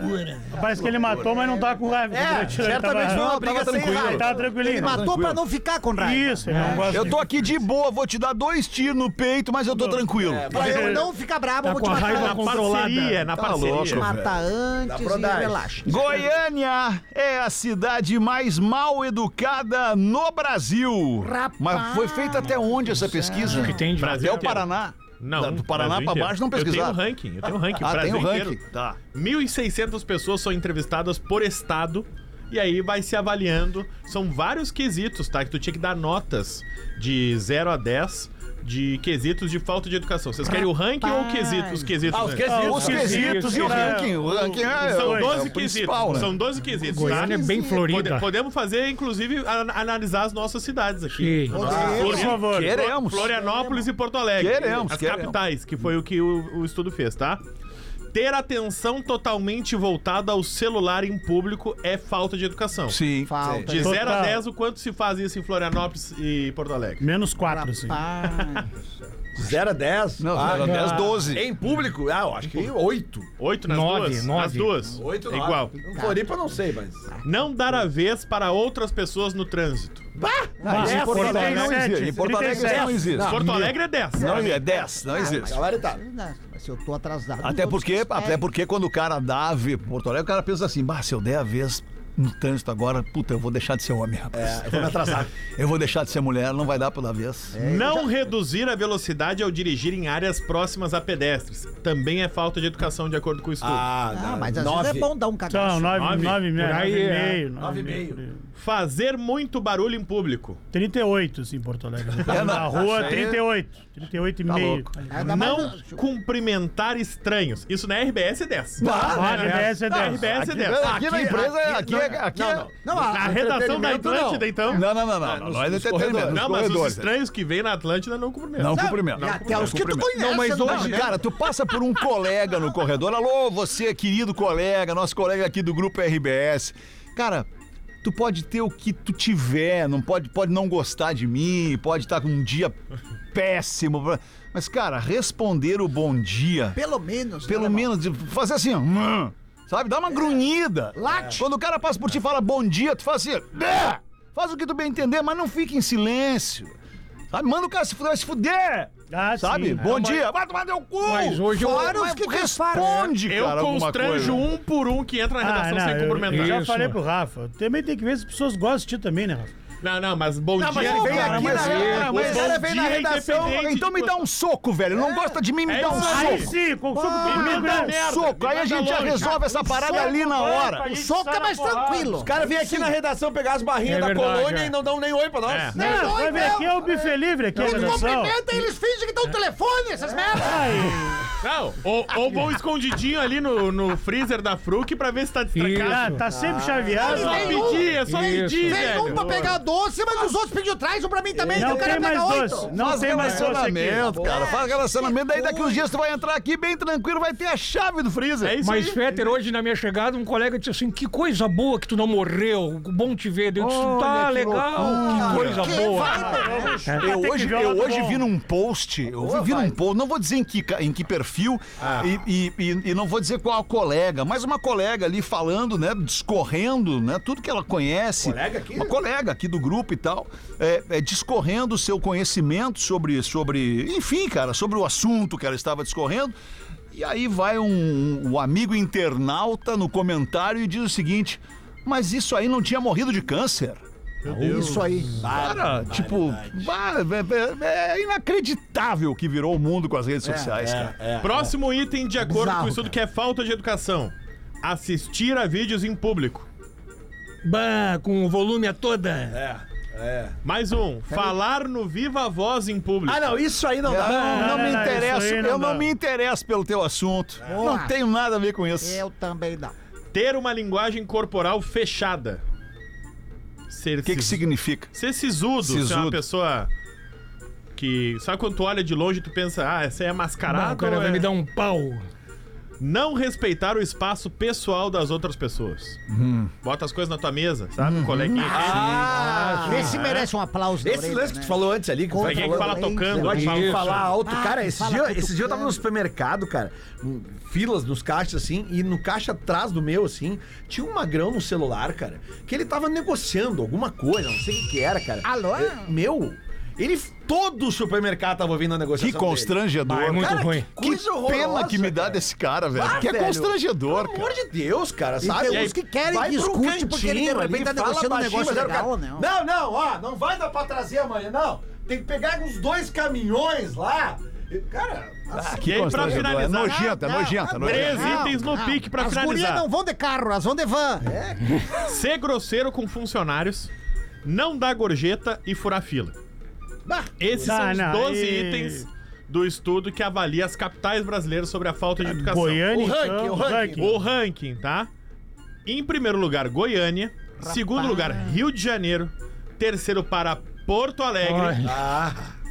S3: Parece que ele matou, mas não tá com raiva.
S6: É,
S3: Ele
S6: certamente
S3: tava-
S6: foi uma
S2: tava
S6: briga sem
S2: tranquilo.
S6: raiva.
S3: Tá tranquilinho.
S5: Ele matou pra não ficar com raiva.
S3: Isso, ele não gosta
S2: É. Eu
S3: de-
S2: tô aqui de boa, vou te dar dois tiros no peito, mas eu tô tranquilo.
S5: Pra eu não ficar brabo, eu
S10: Tá
S5: vou
S10: com
S5: te
S10: a
S5: matar.
S10: raiva
S4: Na parceria,
S10: controlada.
S4: na
S2: Tá
S4: parceria.
S2: louco, velho.
S5: Mata antes
S6: pra
S5: e
S6: dar.
S5: relaxa.
S2: Goiânia é a cidade mais mal educada no Brasil.
S5: Rapaz.
S2: Mas foi feita até onde essa pesquisa?
S10: que tem de-
S2: até
S4: Brasil
S2: o
S4: inteiro.
S2: Paraná.
S4: Não,
S2: Do Paraná
S4: Brasil
S2: pra
S4: inteiro.
S2: baixo não
S4: Eu
S2: pesquisaram.
S4: tenho um ranking, eu tenho ranking.
S2: Ah, tem
S4: Brasil
S2: o ranking.
S4: inteiro.
S2: Tá.
S4: 1.600 pessoas são entrevistadas por estado e aí vai se avaliando. São vários quesitos, tá? Que tu tinha que dar notas de 0 a 10 de quesitos de falta de educação. Vocês querem o ranking ou o quesito? os quesitos?
S2: Ah, os
S4: né? Ah,
S2: quesitos, os quesitos e o ranking. O ranking é,
S4: São
S2: é
S4: 12
S2: o principal,
S4: quesitos.
S2: né?
S4: São 12 quesitos. tá?
S10: Goiânia é bem florida.
S4: Pode- podemos fazer, inclusive, an- analisar as nossas cidades aqui.
S10: Sim.
S4: A nossa-
S3: Por
S4: Florian-
S3: favor.
S2: Queremos.
S4: Florianópolis e Porto Alegre.
S2: Queremos,
S4: As
S2: queremos.
S4: capitais, que foi o que o, o estudo fez, tá? Ter atenção totalmente voltada ao celular em público é falta de educação.
S2: Sim.
S5: Falta.
S4: De 0 a
S3: Total.
S4: 10, o quanto se faz isso em Florianópolis e Porto Alegre?
S3: Menos quatro, assim.
S5: Ah,
S6: 0 a 10?
S2: Não,
S6: Ah,
S2: zero a dez, 12.
S6: Em público? Ah, eu acho que 8.
S4: 8 nas
S10: Nove,
S4: duas?
S10: nove.
S4: Nas duas.
S6: 8
S4: é igual.
S6: Floripa eu não sei, mas.
S4: Não dar a vez para outras pessoas no trânsito.
S2: Ah, isso em Porto Alegre não
S3: 37,
S2: existe. Em Porto Alegre isso não
S3: 37.
S2: existe.
S4: Porto Alegre é 10.
S2: Não, é 10, não existe.
S6: Galera, tá.
S5: mas se eu tô atrasado.
S2: Até
S5: os outros
S2: porque,
S5: que
S2: até
S5: esperem.
S2: porque quando o cara dá a ver pro Porto Alegre, o cara pensa assim, bah, se eu der a vez no trânsito agora, puta, eu vou deixar de ser homem, rapaz.
S6: Eu vou me atrasar.
S2: Eu vou deixar de ser mulher, não vai dar pela vez.
S4: Não reduzir a velocidade ao dirigir em áreas próximas a pedestres. Também é falta de educação, de acordo com o estudo.
S5: Ah, mas às
S6: nove.
S5: vezes é bom dar um
S3: São
S5: cagaço.
S3: nove,
S4: Nove?
S3: nove, e meia,
S10: Por
S3: nove
S10: aí,
S3: e
S10: é.
S3: meio.
S6: Nove e meio.
S4: Fazer muito barulho em público.
S3: 38, assim, em Porto Alegre. Na
S2: não,
S3: rua,
S2: isso aí é-
S3: 38. 38 e meio.
S2: louco.
S5: Ainda mais
S2: um-
S4: Não
S5: no-
S4: cumprimentar estranhos. Isso na RBS é 10.
S3: Ah, RBS é
S4: Na
S3: 10.
S4: RBS é 10.
S2: né? Aqui na empresa, é- aqui é... aqui é-
S6: Não,
S4: Na redação da Atlântida, então.
S2: Não, não, não, não. não, Nós é entretenimento, nos
S4: Não, mas os
S2: corredores.
S4: estranhos que vêm na Atlântida não cumprimentam.
S2: Não É cumprimento.
S5: E até os que tu conhece. né?
S2: Não, mas hoje, cara, tu passa por um colega no corredor. Alô, você, querido colega, nosso colega aqui do grupo RBS. Cara, tu pode ter o que tu tiver, não pode, pode não gostar de mim, pode estar com um dia péssimo. Mas, cara, responder o bom dia,
S5: Pelo menos. né,
S2: pelo
S5: alemão?
S2: menos, de fazer assim, ó, "Hum", sabe? Dá uma grunhida.
S5: Late.
S2: Quando o cara passa por ti e fala bom dia, tu faz assim, "Bé!" faz o que tu bem entender, mas não fica em silêncio. Sabe? Manda o cara se fuder, se fuder.
S3: Ah,
S2: Sabe?
S3: sim.
S2: Bom dia, vai tomar teu cu!
S10: Mas hoje eu-
S2: Fora os que responde,
S4: Eu
S2: cara, alguma
S4: constranjo
S2: coisa.
S4: um por um que entra na
S3: Ah,
S4: redação
S3: não,
S4: sem
S3: eu, eu
S4: cumprimentar.
S3: já
S10: Isso,
S3: falei
S10: mano.
S3: pro Rafa. Também tem que ver se as pessoas gostam de ti também, né, Rafa?
S4: Não, não, mas bom
S6: mas
S4: dia.
S6: ele vem
S4: cara,
S6: aqui
S2: né?
S4: mas-
S6: na-
S4: é,
S6: cara,
S4: mas
S6: o
S4: bom
S6: cara
S2: vem
S4: dia
S2: na
S4: é
S2: redação,
S4: independente
S2: então me
S4: de-
S2: dá um soco, velho. Não gosta de mim, me
S4: É
S2: dá um
S4: isso
S3: Aí
S2: soco.
S3: sim, com suco comigo,
S2: Dá
S3: né?
S2: um soco, aí a gente já resolve essa parada ali na hora.
S5: O soco é mais tranquilo.
S6: Os caras vêm aqui na redação pegar as barrinhas
S10: É
S6: da
S10: verdade,
S6: colônia
S10: é.
S6: e não dão nem oi pra nós.
S4: É.
S5: Não,
S3: Não, vai
S5: não,
S3: ver aqui é o buffet livre aqui, a
S5: Eles
S3: redação. Ah,
S5: cumprimentam e eles fingem que dão
S10: É.
S5: o telefone, essas merdas.
S10: Ah,
S4: Não, ou, ou vão escondidinho ali no, no freezer da Fruc pra ver se tá
S3: Ah,
S4: destrancado.
S3: tá sempre chaveado.
S4: É só
S5: Tem um-
S4: pedir, é só
S10: Isso.
S4: pedir,
S5: Tem um
S4: velho.
S5: pra pegar doce, mas os outros pediu atrás, um pra mim também, então
S3: Não
S5: o cara
S3: tem
S5: pega
S3: mais
S5: oito.
S3: doce. Não
S2: Faz
S3: tem mais doce aqui.
S2: relacionamento, cara. Faz relacionamento. Daí daqui uns dias tu vai entrar aqui bem tranquilo, vai ter a chave do freezer.
S4: É isso
S10: Mas,
S4: aí.
S10: Fetter,
S3: Uhum.
S10: hoje na minha chegada, um colega disse assim: que coisa boa que tu não morreu, bom te ver. Eu disse: tá legal, que coisa
S5: Ah, Que
S10: boa.
S5: vai, né?
S2: Eu
S3: É. Tem que
S2: hoje,
S3: ver o
S2: eu
S3: lado
S2: hoje
S3: bom.
S2: vi num post, eu vi, vi num post, não vou dizer em que, ca- em que perfil e, e- e- e não vou dizer qual a colega, mas uma colega ali falando, né, discorrendo, né, tudo que ela conhece. Colega aqui? Uma colega aqui do grupo e tal, é, é, discorrendo o seu conhecimento sobre, sobre, enfim, cara, sobre o assunto que ela estava discorrendo. E aí vai um, um amigo internauta no comentário e diz o seguinte, mas isso aí não tinha morrido de câncer?
S5: Isso aí.
S2: Cara, tipo, bah, é, é- é inacreditável o que virou o mundo com as
S6: É,
S2: redes sociais, cara.
S4: Próximo item, de acordo com
S5: Bizarro,
S4: o estudo, que é falta de educação. Assistir a vídeos em público.
S10: Bah, com o volume a
S3: É.
S10: toda.
S4: Mais um. Falar no viva voz em público.
S6: Ah, não, isso aí não dá.
S2: É, Não, não
S3: não,
S2: me
S3: não,
S2: interesso,
S3: isso aí não
S2: eu não
S3: dá.
S2: me interesso pelo teu assunto.
S6: É.
S2: Não
S5: Boa.
S2: tenho nada a ver com isso.
S5: Eu também não.
S4: Ter uma linguagem corporal fechada. Ser
S2: O que que
S4: sisu-
S2: significa?
S4: Ser sisudo, ser
S2: Sisudo.
S4: uma pessoa que... Sabe quando tu olha de longe e tu pensa, ah, essa aí é mascarada
S10: Bah, o cara
S4: ou é...
S10: vai me dar um pau.
S4: Não respeitar o espaço pessoal das outras pessoas. Bota as coisas na tua mesa, sabe? Coleguinha.
S5: Ah, Esse merece um aplauso na
S6: Esse
S5: orelha,
S6: lance que
S5: né?
S6: tu falou antes ali, que tu
S5: Contra
S6: tá
S4: Peguei que
S6: falando.
S4: fala tocando.
S6: Negócio
S4: fala-
S6: de falar alto.
S5: Ah,
S6: cara, esse
S5: fala
S6: dia,
S5: cutucando.
S6: esse dia eu tava no supermercado, cara, em filas nos caixas, assim, e no caixa atrás do meu, assim, tinha um magrão no celular, cara, que ele tava negociando alguma coisa, não sei o que que era, cara.
S5: Alô?
S6: É, meu, ele, todo o supermercado tava ouvindo a negociação
S2: Que constrangedor.
S10: Bah, é muito
S2: cara.
S10: ruim.
S2: Que
S6: Coisa horrorosa,
S2: pena que me dá
S6: cara.
S2: desse cara, velho.
S6: Ah,
S2: que é
S6: velho,
S2: constrangedor,
S6: Pelo
S2: cara.
S6: amor de Deus, cara,
S5: E
S6: sabe?
S5: tem uns que querem
S6: Então, Vai
S5: que
S6: pro
S5: escute, porque ele, de
S6: cantinho
S5: repente, tá
S6: ali, fala
S5: negociando um
S6: baixinho,
S5: negócio
S6: mas era o cara,
S5: legal, né?
S6: Não, não, ó, não vai dar pra trazer amanhã, não. Tem que pegar uns dois caminhões lá. E, Cara, assim,
S4: E aí, pra
S2: Constrangedor. É
S4: finalizar,
S2: nojento, é
S5: Não,
S2: nojento, é nojento.
S5: não,
S4: Três itens no pique pra
S5: As
S4: finalizar.
S5: gurias não vão de carro, elas vão de van.
S10: É.
S4: ser grosseiro com funcionários, não dar gorjeta e furar fila. Esses
S3: Ah,
S4: são
S3: não,
S4: os 12
S3: aí-
S4: itens do estudo que avalia as capitais brasileiras sobre a falta de educação.
S3: Goiânia,
S6: O ranking,
S3: então,
S6: o ranking.
S4: O ranking, tá? Em primeiro lugar, Goiânia. Segundo lugar, Rio de Janeiro. Terceiro para Porto Alegre.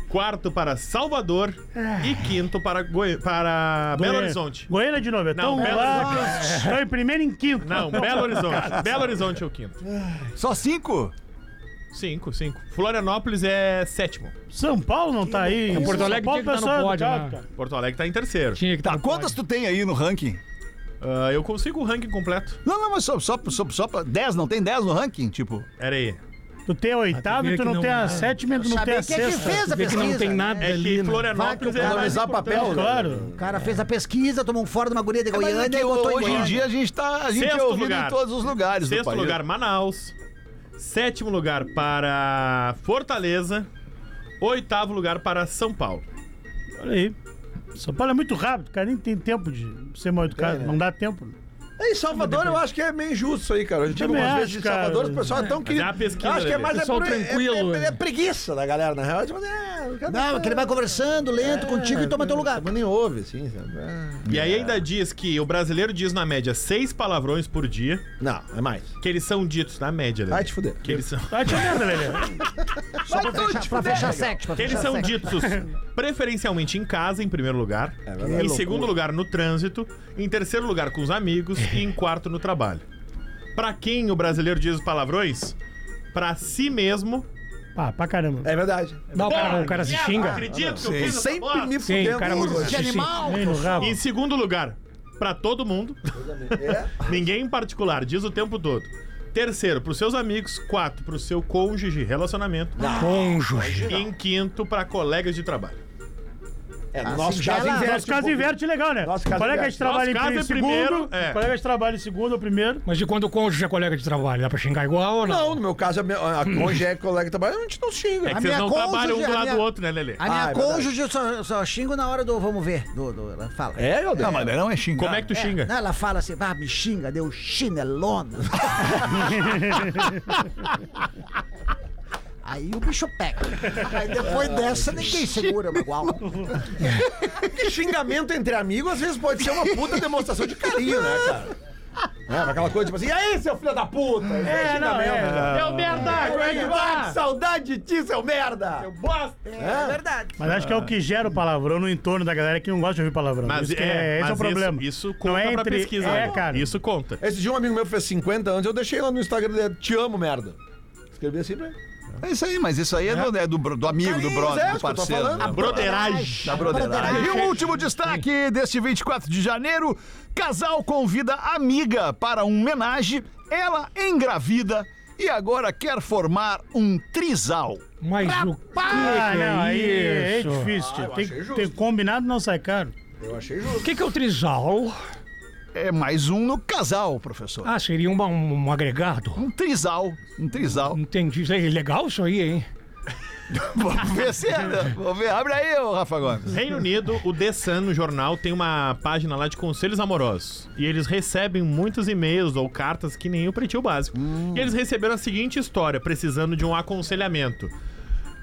S4: Quarto para Salvador.
S2: Ah.
S4: E quinto para, Goi- para Belo
S3: Goiânia-
S4: Horizonte.
S3: Goiânia de novo. Então,
S4: Belo
S3: lá. Então, em primeiro e em quinto.
S4: Não, Belo Horizonte. Belo Horizonte é o quinto.
S11: Só cinco?
S4: Cinco, cinco. Florianópolis é sétimo.
S3: São Paulo não tá aí.
S10: Porto
S3: São
S10: Alegre
S3: Paulo
S10: tinha que tá no
S3: pessoal
S10: pódio,
S3: educado,
S10: né?
S3: cara.
S4: Porto Alegre tá em terceiro.
S10: Tinha que
S11: Tá,
S10: dar
S11: quantas tu tem aí no ranking?
S4: Ah, eu consigo o ranking completo.
S11: Não, não, mas só, só, só, só pra 10, não tem 10 no ranking? Tipo,
S4: Pera aí.
S3: Tu tem a oitava,
S10: vê
S3: e tu
S10: Ah, que
S3: não,
S10: não-
S3: tem a
S10: é.
S3: sétima, e tu não tem a
S5: Saber quem é que
S3: sexta.
S5: fez a
S10: Vê que
S5: pesquisa.
S10: não tem nada
S4: É
S10: ali.
S4: que
S10: né?
S4: Florenópolis é. mais
S6: Economizar papel, né?
S3: Então, Claro.
S5: O cara fez a pesquisa, tomou um fora de uma guria de
S11: mas é
S5: Goiânia
S11: que
S5: e botou
S11: hoje em
S5: Goiânia.
S11: dia a gente tá a gente
S4: Sexto
S11: é ouvido
S4: lugar.
S11: em todos os lugares do
S4: Sexto
S11: país.
S4: lugar, Manaus. Sétimo lugar para Fortaleza. Oitavo lugar para São Paulo.
S3: Olha aí. São Paulo é muito rápido, cara. Nem tem tempo de ser mal educado.
S10: né?
S3: Não dá tempo.
S6: Em Salvador eu acho que é meio injusto isso aí, cara. Eu tive
S3: Também
S6: umas vezes
S3: acho,
S6: em
S3: cara.
S6: Salvador, o pessoal é tão querido.
S4: é uma pesquisa,
S6: Eu acho que é
S4: né,
S6: mais é,
S10: Pessoal
S6: pre- é-
S10: tranquilo,
S6: é- é- é preguiça da galera, na real. Tipo, é, cadê-
S5: Não, que ele vai conversando lento contigo e toma teu lugar.
S6: Mas nem ouve, assim. sabe? É.
S4: E aí ainda diz que o brasileiro diz na média seis palavrões por dia,
S6: Não, é mais.
S4: que eles são ditos na média, Lelê.
S6: Vai te fuder.
S4: Que eles são,
S3: Tá te olhando, Lelê.
S5: Só pra fechar, pra fechar sexo. Pra
S4: que eles
S5: fechar
S4: são
S5: sexo.
S4: ditos preferencialmente em casa, em primeiro lugar.
S5: É
S4: em
S6: verdade.
S4: segundo lugar, no trânsito. Em terceiro lugar, com os amigos. e em quarto, no trabalho. Pra quem o brasileiro diz os palavrões? Pra si mesmo.
S3: Pá, pra caramba.
S6: É verdade.
S10: Não, o cara, o cara se xinga.
S4: Acredito que eu fiz essa
S6: Sempre
S4: bosta.
S6: me
S10: Sim,
S6: fudendo.
S10: o cara é muito
S5: De animal.
S3: Vem no rabo.
S4: Em segundo lugar, pra todo mundo.
S6: É?
S4: Ninguém em particular, diz o tempo todo. Terceiro, pros seus amigos. Quatro, pro seu cônjuge, relacionamento.
S10: Cônjuge.
S4: E em quinto, pra colegas de trabalho.
S6: É, no nosso
S5: singela-
S6: caso inverte
S3: Nosso caso
S6: um pouco.
S3: inverte legal, né?
S6: Nosso
S3: O
S6: caso
S3: colega
S6: inverte.
S3: de trabalho
S4: Nosso
S3: em
S4: caso é
S3: segundo.
S4: primeiro, é.
S3: o Colega de trabalho em segundo ou primeiro.
S10: Mas e quando o cônjuge é colega de trabalho? Dá pra xingar igual ou não?
S6: Não, no meu caso, a, minha, a cônjuge é colega de trabalho, a gente não xinga.
S4: É que
S5: A
S4: vocês
S5: minha
S4: não trabalham um
S5: cônjuge,
S4: do
S5: a
S4: lado do
S5: minha-
S4: outro, né, Lelê?
S5: A minha
S6: Ah, é verdade.
S5: cônjuge eu só, só xingo na hora do vamos ver. Do, do- ela fala.
S6: É, meu Deus.
S11: Não, mas daí não é xingar.
S4: Como é que tu
S5: É,
S4: xinga?
S5: né, ela fala assim, ah, me xinga, deu chinelona. Aí o bicho pega. Aí depois dessa ninguém segura, igual.
S6: que xingamento entre amigos às vezes pode ser uma puta demonstração de carinho, né, cara? É, aquela coisa tipo assim, e aí, seu filho da puta? É,
S3: não, é.
S4: Deu merda!
S6: Como é que vai? Saudade de ti, seu merda! Seu bosta!
S5: É verdade.
S3: Mas acho que é o que gera o palavrão no entorno da galera que não gosta de ouvir palavrão.
S4: Mas
S3: Isso que
S4: é,
S3: esse é o
S4: mas
S3: problema.
S4: Isso, isso
S3: não
S4: conta
S3: é
S4: pra
S3: entre,
S4: pesquisa.
S3: É,
S4: né?
S3: cara.
S4: Isso conta.
S6: Esse dia um amigo meu fez 50 anos, eu deixei lá no Instagram dele, te amo, merda. Escrevi assim pra ele.
S11: É isso aí, mas isso aí é, Do, é do, bro- do amigo, do
S6: Carinhos, é,
S11: brother,
S6: isso
S11: do
S6: que eu tô
S11: parceiro.
S6: falando.
S2: Ah,
S11: né?
S6: A
S4: Broderagem.
S11: Da broderagem. E o último destaque deste 24 de janeiro: casal convida amiga para um homenagem, ela engravida e agora quer formar um trisal.
S10: Mas o que que
S3: Ah, não,
S10: é
S3: aí é
S10: isso?
S3: difícil.
S6: Ah, eu
S3: tem
S6: achei
S3: que
S6: justo.
S3: ter combinado, não sai caro.
S6: Eu achei
S10: O
S6: justo.
S10: que, que é o trisal?
S11: É mais um no casal, professor.
S10: Ah, seria uma- um, um agregado.
S11: Um trisal, um trisal.
S10: Entendi. Isso aí é Legal isso aí, hein?
S11: Vamos ver se é, né? Vamos ver. Abre aí, ô Rafa Gomes.
S4: Reino Unido, o The Sun, no jornal, tem uma página lá de conselhos amorosos. E eles recebem muitos e-mails ou cartas que nem o Pretinho Básico.
S3: Hum.
S4: E eles receberam a seguinte história, precisando de um aconselhamento.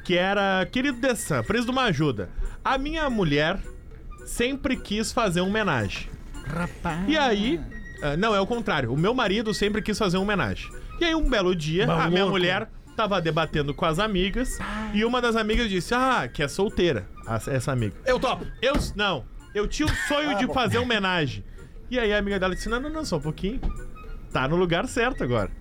S4: Que era, querido The Sun, preciso de uma ajuda. A minha mulher sempre quis fazer um homenagem. Rapaz. E aí... ah, Não, é o contrário. O meu marido sempre quis fazer um homenagem. E aí, um belo dia, a minha mulher tava debatendo com as amigas. E uma das amigas disse, ah, que é solteira, as- essa amiga.
S6: Eu topo.
S4: Eu. Não, eu tinha o sonho de fazer homenagem. E aí a amiga dela disse: Não, não, não, só um pouquinho. Tá no lugar certo agora.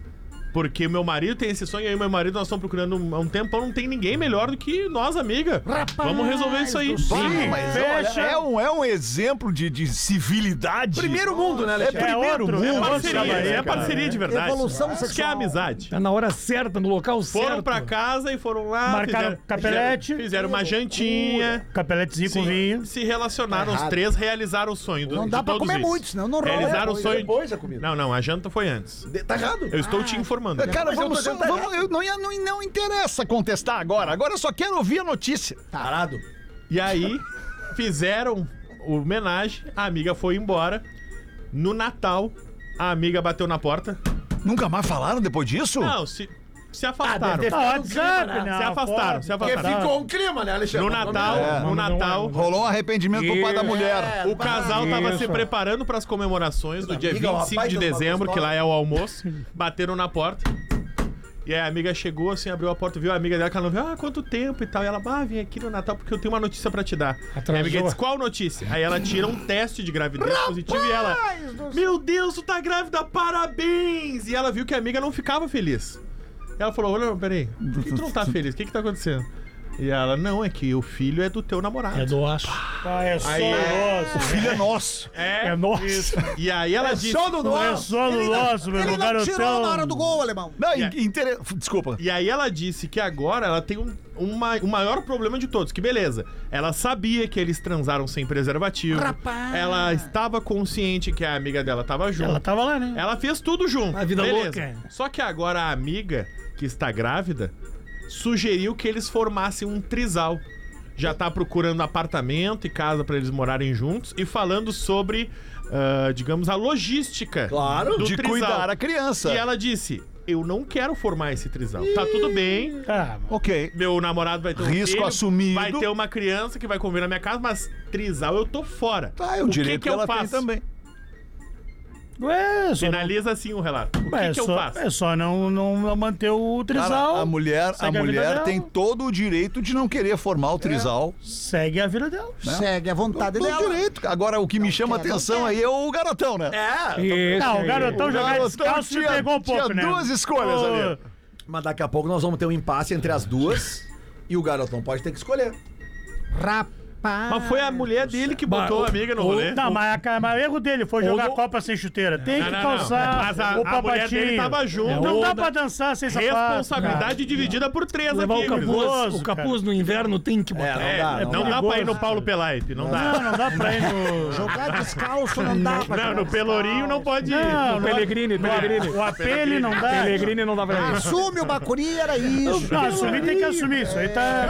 S4: Porque meu marido tem esse sonho e aí meu marido nós estamos procurando há um tempão, não tem ninguém melhor do que nós, amiga. Vamos resolver isso aí.
S11: Sim, mas olha,
S3: fecha.
S11: é um, é um exemplo de, de civilidade.
S6: Primeiro mundo, né, Alexandre?
S3: É outro, é
S4: É
S3: outro
S4: parceria,
S3: trabalho,
S4: é
S3: cara.
S4: parceria de verdade.
S5: Evolução
S4: Isso que é
S5: sexual.
S4: amizade.
S10: Tá na hora certa, no local
S4: Foram
S10: certo.
S4: pra casa e foram lá.
S3: Marcaram
S4: fizeram-
S3: capelete.
S4: Fizeram, fizeram uma jantinha.
S3: Capeletezinho
S4: Se,
S3: com vinho.
S4: se relacionaram, os
S6: Errado.
S4: três realizaram o sonho. do-
S5: Não
S4: de
S5: dá pra
S4: todos
S5: comer
S4: eles.
S5: muito, senão é não rola.
S4: Realizaram o
S6: depois,
S4: sonho.
S6: depois a comida.
S4: Não, não, a janta foi antes.
S6: De- Tá errado.
S4: Eu estou te informando.
S11: Cara,
S6: Mas eu
S11: vamos,
S6: tô
S11: só-
S6: tentando
S11: vamos- eu não, ia- não, não interessa contestar agora. Agora eu só quero ouvir a notícia.
S6: Tarado.
S4: E aí fizeram o homenagem, a amiga foi embora. No Natal, a amiga bateu na porta.
S11: Nunca mais falaram depois disso?
S4: Não, se, se afastaram.
S3: deve ter ficado um clima, né?
S4: Se afastaram, se
S6: Porque
S4: afastaram.
S6: ficou um clima, né, Alexandre?
S4: No Natal,
S6: É.
S4: no Natal,
S2: Rolou um arrependimento do pai da mulher.
S6: É,
S4: o casal
S10: Isso.
S4: tava se preparando para as comemorações do dia
S6: amiga, o
S4: 25
S6: rapaz
S4: de
S6: deu uma
S4: dezembro, que
S6: gostosa.
S4: lá é o almoço. Bateram na porta. E aí a amiga chegou assim, abriu a porta, viu a amiga dela, que ela não viu, ah, quanto tempo e tal. E ela, ah, vim aqui no Natal porque eu tenho uma notícia pra te dar.
S10: Atrasou.
S4: E a amiga diz, qual notícia? Aí ela tira um teste de gravidez positivo e ela, meu Deus, tu tá grávida, parabéns! E ela viu que a amiga não ficava feliz. Ela falou, olha, peraí, por que tu não tá feliz? O que que tá acontecendo? E ela, não, é que o filho é do teu namorado.
S10: É do aço.
S3: Ah, é só nosso.
S2: Filho é nosso.
S4: É,
S3: É nosso.
S4: E aí ela disse.
S3: Não é só no nosso,
S4: um
S3: meu
S5: Ele
S3: irmão.
S5: não tirou na hora
S3: Garotão.
S5: do gol, alemão.
S2: Não,
S4: Yeah.
S2: inter... Desculpa.
S4: E aí ela disse que agora ela tem um, uma- o maior problema de todos. Que beleza. Ela sabia que eles transaram sem preservativo.
S12: Rapaz.
S4: Ela estava consciente que a amiga dela estava junto.
S3: Ela
S4: Ela,
S3: tava lá, né?
S4: fez tudo junto.
S10: A vida
S4: beleza.
S10: louca.
S4: Só que agora a amiga, que está grávida, sugeriu que eles formassem um trisal. Já tá procurando apartamento e casa para eles morarem juntos e falando sobre, ah, digamos, a logística.
S6: Claro,
S4: do
S2: de
S4: trisal.
S2: cuidar a criança.
S4: E ela disse: Eu não quero formar esse trisal. Tá tudo bem.
S3: Ah, mano.
S2: Ok.
S4: Meu namorado vai ter um
S2: Risco assumido.
S4: Vai ter uma criança que vai conviver na minha casa, mas trisal eu tô fora.
S2: Tá, é um
S4: o
S2: direito que
S4: que, que
S2: ela
S4: eu
S2: tem
S4: faço?
S2: também.
S3: Ué, É, só não-
S4: Finaliza assim o relato. O
S3: é
S4: que, que eu
S3: só-
S4: faço?
S3: É só não, não manter o trisal.
S2: Cara, a mulher, a
S3: segue a vida
S2: mulher
S3: dela.
S2: tem todo o direito de não querer formar o trisal.
S3: Segue a vida dela.
S5: Segue a vontade
S2: Todo
S5: dela.
S2: direito. Agora, o que me chama
S5: quero, não
S2: atenção
S5: quero.
S2: aí é o
S6: Então,
S2: garotão, né?
S10: Esse
S3: Não, o
S10: aí.
S3: garotão jogar
S2: garotão
S3: descalço te
S2: tinha-
S3: pegou um pouco,
S2: tinha
S3: né?
S2: duas escolhas
S3: Ô,
S2: ali.
S6: Mas daqui a pouco nós vamos ter um impasse entre as duas e o garotão pode ter que escolher.
S5: Rapaz.
S4: Mas foi a mulher dele que botou a amiga no rolê.
S3: Não, mas, a- mas o erro dele foi jogar
S4: no-
S3: Copa sem chuteira. Tem
S4: Não,
S3: que
S4: não, não.
S3: calçar
S4: Mas a,
S3: o
S4: a mulher
S3: papatinho.
S4: dele tava junto.
S3: Não dá pra dançar sem sapato.
S4: Responsabilidade é dividida por três
S10: Levar
S4: aqui.
S10: o capuz.
S3: perigoso,
S10: o capuz no inverno tem que botar.
S4: É, não, dá, pra ir no Paulo Pelaipe, não,
S3: cara.
S4: dá.
S3: Não, não dá pra ir no...
S5: Jogar descalço não dá pra
S4: Não, no Pelourinho não pode ir.
S3: Não,
S10: O
S3: não-
S10: Pellegrini, Pellegrini.
S3: O apele não dá.
S10: Pellegrini não dá pra ir.
S5: Assume o Bacuri, era isso.
S3: Não, assumir tem que assumir. Isso aí tá...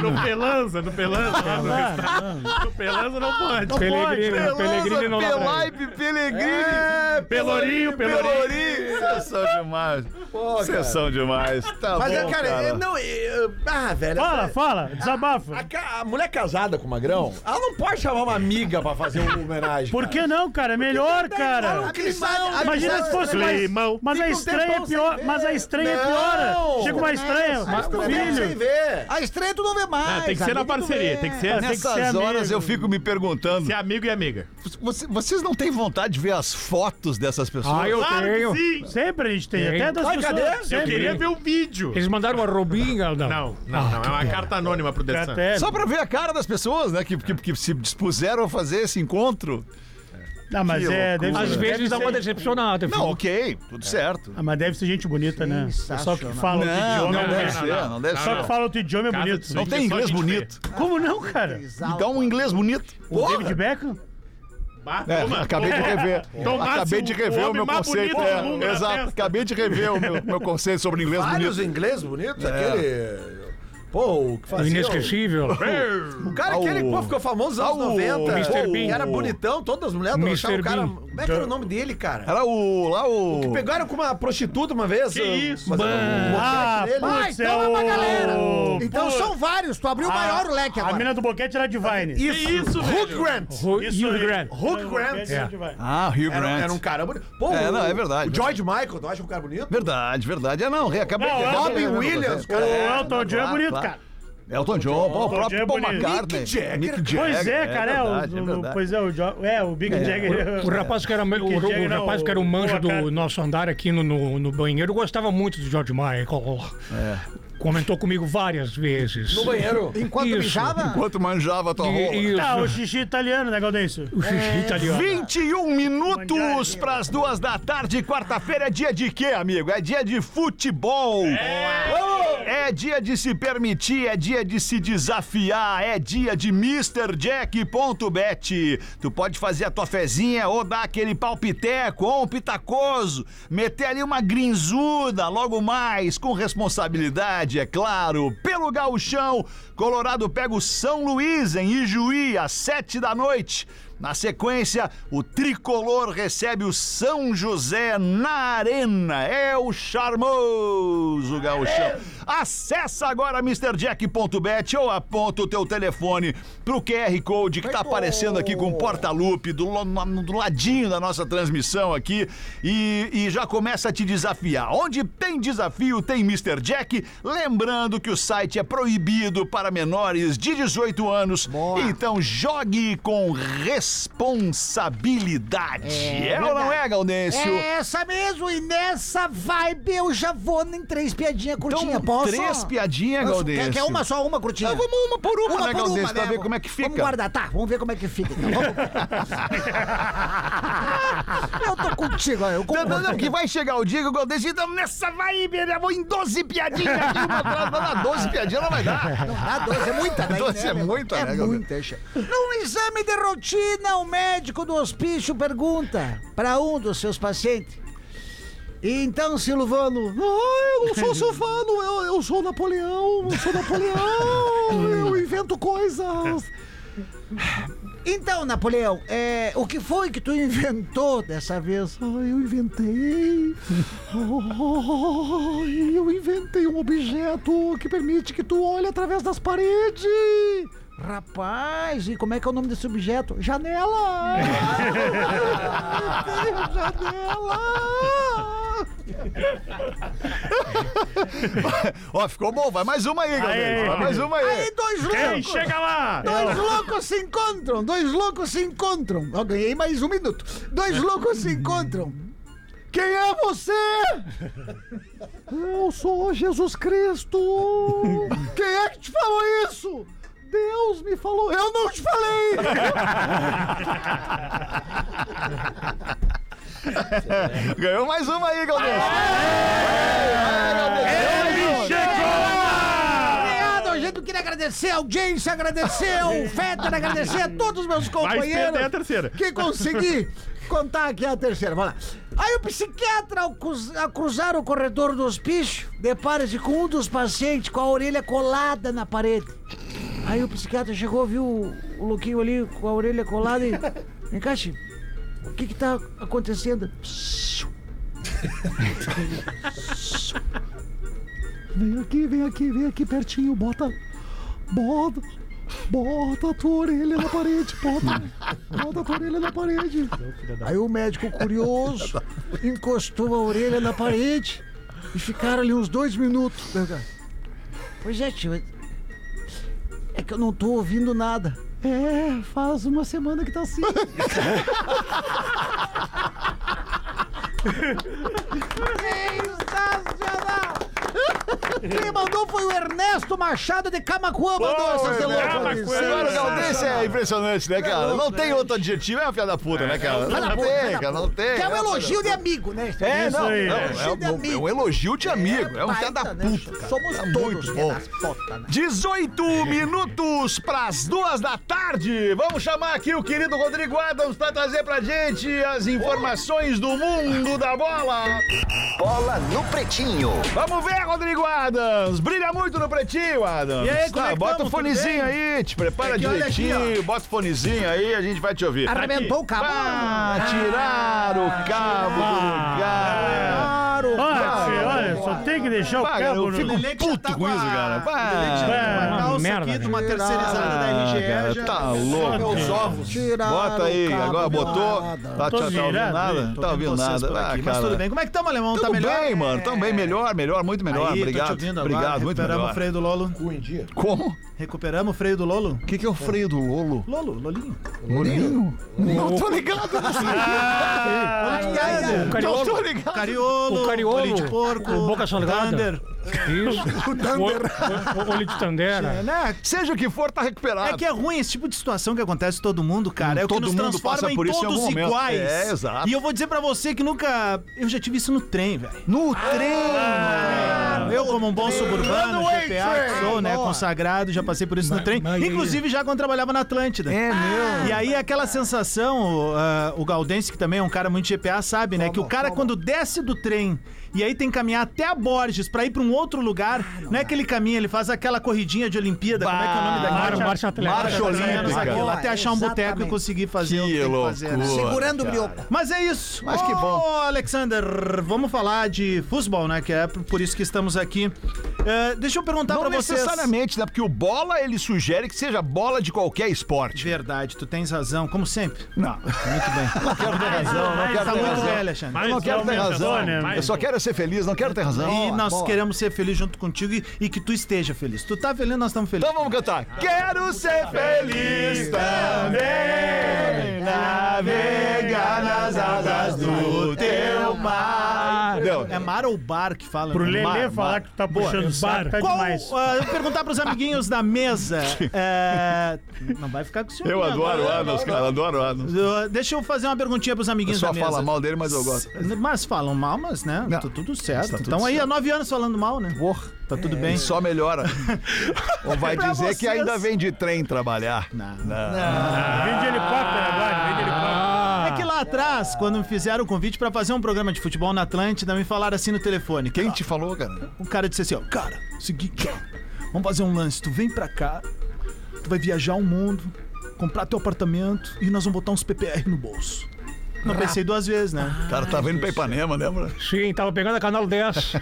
S4: No Pelanza, no Pelanza. lá no restaurante. No Pelanza não pode.
S10: Pellegrini,
S2: Pelanza,
S10: Pellegrini não dá pra ir.
S2: Pelaipe, Pellegrini,
S4: Pelourinho, Pelourinho.
S2: Pelourinho. Sessão demais.
S6: Pô,
S2: Sessão demais. Tá
S6: Mas,
S2: bom,
S6: é, cara, é- não, é- é- ah, velho.
S3: Fala,
S6: essa-
S3: fala.
S6: A,
S3: Desabafa.
S6: ca- a mulher casada com o Magrão, ela não pode chamar uma amiga pra fazer uma homenagem.
S3: Por que não, cara? É melhor, cara.
S6: um
S3: Imagina se fosse mais...
S4: Climão.
S3: Mas a
S6: Fica um
S3: estranha é
S6: tempão sem
S3: pior.
S6: ver.
S3: Mas a estranha
S6: Não.
S3: piora. Chega uma estranha.
S6: Mas tu sem
S3: Filho.
S6: ver.
S5: A estreia tu não vê mais.
S4: Ah, tem que ser na
S5: amigo, tu
S4: parceria,
S5: vê.
S4: tem que
S2: É,
S4: ser assim.
S3: ser
S2: Nessas
S3: amigo.
S2: horas eu fico me perguntando:
S4: Ser amigo e amiga.
S2: você- vocês não têm vontade de ver as fotos dessas pessoas?
S10: Ah, eu tenho.
S4: sim!
S3: Sempre a gente tem.
S10: Tem.
S3: Até das
S6: Ai, cadê?
S3: pessoas.
S4: Eu
S3: sempre.
S4: queria ver o vídeo.
S10: Eles mandaram a Robinha, não.
S4: Não,
S5: Ah,
S4: não, não. É uma carta anônima pro Dessan.
S3: Até...
S2: Só pra ver a cara das pessoas, né? Que, que, que se dispuseram a fazer esse encontro.
S3: Não, mas
S2: Que
S3: é,
S2: loucura.
S3: deve,
S10: Às
S3: deve
S10: vezes dá
S3: ser-
S10: uma decepcionada.
S2: Não,
S10: filho.
S2: ok, tudo certo.
S3: Ah, mas deve ser gente bonita, né? Só que fala outro
S2: É. Não, né?
S3: idioma.
S2: não
S3: é
S2: deve
S3: bonito.
S2: ser, não deve
S3: Só que
S2: ser.
S3: fala outro idioma é
S4: Casa
S3: bonito.
S4: de
S2: Não tem
S4: Só
S2: inglês
S4: gente
S2: bonito.
S3: Como não, cara?
S2: Me dá um inglês bonito.
S3: O David Beckham?
S4: Bah,
S2: É,
S4: toma,
S2: acabei de
S4: toma.
S2: rever.
S4: Tomasse
S2: acabei de
S4: o
S2: rever Então, o
S4: homem
S2: meu
S4: mais
S2: conceito.
S4: bonito do
S2: é,
S4: mundo na
S2: exato,
S4: festa.
S2: acabei de rever o meu, meu conceito sobre inglês
S6: Vários
S2: bonito.
S6: inglês bonitos,
S2: É.
S6: aquele... Pô, o que
S10: O
S6: fazia...
S10: Inesquecível.
S6: O cara,
S2: Ah,
S6: aquele
S2: o-
S6: pô, ficou famoso nos anos
S2: Ah, o
S6: 90.
S10: Mr.
S6: pô,
S10: Bean.
S6: que era bonitão, todas as mulheres adoravam o
S10: Mr.
S6: cara.
S10: Bean.
S6: Como é que era o nome dele, cara?
S2: Era o. lá o.
S6: Pegaram com uma prostituta uma vez.
S4: Que
S6: um-
S4: isso,
S6: mas- um boquete
S3: Ah,
S6: dele.
S5: Ah,
S3: Putz,
S5: então é uma
S3: é o-
S5: galera. Então
S3: Putz.
S5: são vários. Tu abriu o maior leque
S3: Ah, A
S5: agora.
S3: mina do boquete era Divine.
S4: Que isso,
S6: Hugh
S4: velho?
S6: Grant.
S10: Hugh Grant.
S6: Hugh Grant.
S3: Era Divine.
S2: Ah, Hugh
S6: Era,
S2: Grant.
S6: era um cara bonito. Pô,
S2: É,
S6: o-
S2: não, é verdade.
S6: O George Michael, tu acha um cara bonito?
S2: Verdade, verdade. É não, acabei
S3: Não,
S2: de
S3: Elton-
S2: Robin Williams,
S3: O
S2: cara.
S3: Elton John é
S2: claro,
S3: bonito,
S2: claro.
S3: cara.
S2: Elton John, pô, o
S3: John é
S2: próprio Paul
S3: bonito.
S2: McCartney.
S6: Mick Jagger.
S3: Pois é, cara. é, o-
S2: verdade,
S3: o- o-
S2: verdade.
S3: Pois é, o, Jo- é, o Big É. Jagger.
S10: O rapaz que era o,
S3: Mick Jagger,
S10: o
S3: não,
S10: rapaz que era o
S3: o-
S10: manja
S3: o Acari.
S10: do nosso andar aqui no, no, no banheiro gostava muito do George Michael. Comentou comigo várias vezes.
S6: No banheiro.
S5: Enquanto
S10: Isso.
S5: mijava,
S2: Enquanto manjava a tua rola.
S10: E- e
S3: Tá, o
S10: os-
S3: xixi italiano, né, Galdêncio?
S10: o xixi italiano.
S2: 21 minutos para as duas da tarde, quarta-feira é dia de quê, amigo? É dia de futebol. É. dia de se permitir, é dia de se desafiar, é dia de MrJack.bet. Tu pode fazer a tua fezinha ou dar aquele palpiteco ou um pitacoso, meter ali uma grinzuda logo mais, com responsabilidade, é claro. Pelo gauchão, Colorado pega o São Luís em Ijuí às sete da noite. Na sequência, o tricolor recebe o São José na arena. É o charmoso gauchão. Acessa agora mrjack.bet ou aponta o teu telefone pro QR Code que tá aparecendo aqui com o porta-loop do, lo- na- do ladinho da nossa transmissão aqui e, e já começa a te desafiar. Onde tem desafio, tem Mr. Jack. Lembrando que o site é proibido para menores de 18 anos. Então jogue com responsabilidade. É, ou não é, Gaudêncio?
S5: É essa mesmo, e nessa vibe eu já vou em três piadinhas curtinhas,
S2: Então,
S5: posso?
S2: três piadinhas,
S5: Posso?
S2: Gaudêncio.
S5: Quer, quer uma só, uma curtinha?
S2: Então vamos uma por uma,
S5: uma
S2: né,
S5: por
S2: Gaudêncio,
S5: uma,
S2: pra
S5: né?
S2: ver como é que fica.
S5: Vamos guardar, tá, vamos ver como é que fica. então, vamos. eu tô contigo, ó, eu
S2: Não, não, não,
S5: concordo.
S2: que vai chegar o dia que o Galdês então nessa vibe, eu vou em 12 piadinhas aqui, uma atrás da outra. 12 piadinhas não vai dar.
S5: Ah, 12 é muita, daí,
S2: 12
S5: né,
S2: é
S5: meu?
S2: muita,
S5: é
S2: né, Gaudêncio?
S5: muita, é cheio. Num exame de rotina, o médico do hospício pergunta para um dos seus pacientes. E então, Silvano,
S6: Ah, eu não sou Silvano, eu, eu sou Napoleão, eu sou Napoleão, eu invento coisas.
S5: Então, Napoleão, é, o que foi que tu inventou dessa vez?
S6: Ah, eu inventei. Ah, eu inventei um objeto que permite que tu olhe através das paredes.
S5: Rapaz, e como é que é o nome desse objeto?
S6: Janela!
S2: Ó, ficou bom, vai mais uma aí, Galdês. Vai mais uma aí.
S5: Aí dois
S3: Ei,
S5: loucos!
S3: É. chega lá!
S5: Dois loucos se encontram! Dois loucos se encontram! Ó, ganhei mais um minuto! Dois loucos se encontram!
S6: Quem é você? Eu sou Jesus Cristo. Quem é que te falou isso? Deus me falou. Eu não te falei.
S2: Ganhou mais uma aí, Galdês.
S5: É.
S2: Aê, Galdês, ganhou mais uma.
S5: Obrigado, gente! Eu queria agradecer a audiência, agradecer o Fetter, agradecer a todos os meus
S4: Vai perder a
S5: companheiros!
S4: terceira.
S5: que consegui contar aqui a terceira. Vamos lá. Aí o psiquiatra, ao, cruz- ao cruzar o corredor do hospício, depara-se com um dos pacientes com a orelha colada na parede. Aí o psiquiatra chegou, viu o, o Luquinho ali com a orelha colada e. Vem cá, Chico. O que que tá acontecendo?
S6: Vem aqui, vem aqui, vem aqui pertinho. Bota. Bota. Bota a tua orelha na parede. Bota. Bota a tua orelha na parede.
S5: Aí o médico curioso encostou a orelha na parede e ficaram ali uns dois minutos. Daí o cara, Pois é, tio. É que eu não tô ouvindo nada.
S6: É, faz uma semana que tá assim.
S5: Sensacional! Quem mandou foi o Ernesto Machado de Camacuã, mandou essas delongas.
S2: Camacuã. Agora, Galdês é impressionante, né, cara? Não tem outro adjetivo, é uma filha da puta, né, cara?
S5: Cala a
S2: Não
S5: boca, cala
S2: tem,
S5: a
S2: cara,
S5: boca.
S2: não tem.
S5: Que é um elogio de amigo, né?
S2: É, não, não,
S3: aí, né?
S2: é, um- é um, é um elogio de amigo, é, um filho da
S5: baita,
S2: puta.
S5: né?
S2: cara.
S5: Somos
S2: É
S5: todos
S2: muito bom.
S5: pelas potas, né?
S2: 18 minutos pras duas da tarde. Vamos chamar aqui o querido Rodrigo Adams para trazer pra gente as informações do mundo da bola.
S11: Bola no Pretinho.
S2: Vamos ver, Rodrigo Adams. Brilha muito no pretinho, Adams. Tá,
S3: E aí, como é que
S2: bota
S3: tamo?
S2: o
S3: Tudo
S2: fonezinho aí, te prepara
S3: É que olha aqui,
S2: direitinho, bota o fonezinho aí, a gente vai te ouvir.
S5: Arrebentou o cabo.
S2: Ah, tirar o cabo do lugar.
S3: Olha, tio, olha, só tem que deixar o
S2: Pá,
S3: cabo
S2: eu
S3: no...
S2: fico puto com isso, cara. Pá,
S3: É, uma
S10: calça
S3: merda,
S10: aqui de
S3: né?
S10: uma
S5: terceirizada
S2: da RGE tá louco.
S6: Os ovos.
S5: Tiraram
S2: Bota aí,
S5: o cabo
S2: agora
S5: do
S2: botou. Tá,
S5: nada.
S2: tá, tá
S3: Tô
S2: ouvindo
S3: virado,
S2: nada?
S3: hein?
S2: Tá ouvindo nada. Ah, cara.
S11: Como é que tamo,
S5: tá
S11: alemão?
S2: Tudo bem, mano. Tamo
S5: É.
S2: bem, melhor, melhor, muito melhor.
S11: Aí,
S2: obrigado.
S11: Tô te ouvindo
S2: obrigado,
S11: agora.
S2: muito
S11: Recuperamos
S2: melhor.
S11: o freio do Lolo.
S2: Como?
S11: Recuperamos o freio do Lolo.
S2: O que, que é o freio do Lolo?
S11: Lolo, Lolinho.
S2: Não tô ligado, não sei. é,
S10: O
S2: Não
S10: Cariolo.
S2: tô ligado.
S11: Ah, Cariolo,
S10: O Cariolo.
S11: Olho de porco.
S10: O Boca Salgada.
S11: Thunder.
S10: Isso. O, o, o, olho de Tandera.
S11: Né?
S2: Seja o que for, tá recuperado.
S11: É que é ruim esse tipo de situação que acontece em todo mundo, cara.
S2: Hum,
S11: é o que
S2: todo
S11: nos
S2: mundo
S11: transforma
S2: passa
S11: em
S2: por isso em
S11: todos
S2: algum momento.
S11: iguais.
S2: É, exato.
S11: E eu vou dizer pra você que nunca. Eu já tive isso no trem, velho.
S2: No trem!
S11: Eu, como um bom suburbano, GPA, que sou, né, consagrado, já passei por isso no trem. Inclusive, já quando trabalhava na Atlântida. É mesmo. E aí, aquela sensação, ah, o Gaudense, que também é um
S5: É
S11: cara muito GPA, sabe, né, que o cara, quando desce do trem e aí tem que caminhar até a Borges pra ir pra um
S5: outro lugar. não, é que ele caminha, ele faz aquela corridinha de Olimpíada. como é que é o nome daquilo?
S10: Marcha- marcha atlética.
S5: Marcha olímpica. Aquilo, até achar um boteco e
S13: Exatamente.
S5: conseguir fazer o que tem que fazer. né?
S13: Segurando o brioco.
S5: Mas é isso.
S2: Mas que bom.
S5: Ô, Alexander, vamos falar de futebol, né? Que é por isso que estamos aqui. É, deixa eu perguntar
S2: Não
S5: pra vocês.
S2: necessariamente, né? Porque o bola, ele sugere que seja bola de qualquer esporte.
S5: Verdade, tu tens razão, como sempre.
S2: Não.
S5: Muito bem.
S2: Não quero ter razão, não
S5: Ah,
S2: quero
S5: tá
S2: ter
S5: muito
S2: razão.
S5: velho, Alexandre.
S2: Eu não quero ter razão. Eu só quero ser feliz, não quero ter razão.
S5: E nós
S2: Boa.
S5: queremos ser felizes junto contigo e, e que tu esteja feliz. Tu tá feliz, nós estamos felizes.
S2: Então vamos cantar. Quero ser feliz também,
S5: É.
S2: navegar nas asas do teu mar. Não,
S5: É mar ou bar que fala?
S3: Pro
S5: né?
S3: Lelê
S5: Mar,
S3: falar
S5: mar.
S3: que tu tá
S5: Boa.
S3: puxando o saco, tá
S5: Qual,
S3: demais.
S5: ah, eu vou perguntar pros amiguinhos da mesa. é, não vai ficar com o senhor.
S2: Eu adoro o Anos, cara, adoro o Anos.
S5: Deixa eu fazer uma perguntinha pros
S2: O
S5: amiguinhos da
S2: pessoal
S5: mesa.
S2: fala mal dele, mas eu gosto.
S5: Mas falam mal, mas né?
S2: Não.
S5: Tá tudo certo.
S2: Tá tudo
S5: então aí
S2: certo.
S5: há nove anos falando mal, né?
S2: Porra.
S5: Tá tudo bem.
S2: Só melhora. Ou vai
S5: Pra
S2: dizer que
S5: vocês.
S2: ainda vem de trem trabalhar. Não.
S3: Vem de helicóptero agora, vem de helicóptero.
S5: É que lá atrás, quando me fizeram o convite pra fazer um programa de futebol na Atlântida, me falaram assim no telefone.
S2: Quem te falou, cara?
S5: O cara disse assim, ó, cara, seguinte, ó, vamos fazer um lance, tu vem pra cá, tu vai viajar o mundo, comprar teu apartamento e nós vamos botar uns PPR no bolso. Não pensei duas vezes, né?
S2: O cara tá vendo pra Ipanema, lembra?
S10: Sim, tava pegando a Canal 10.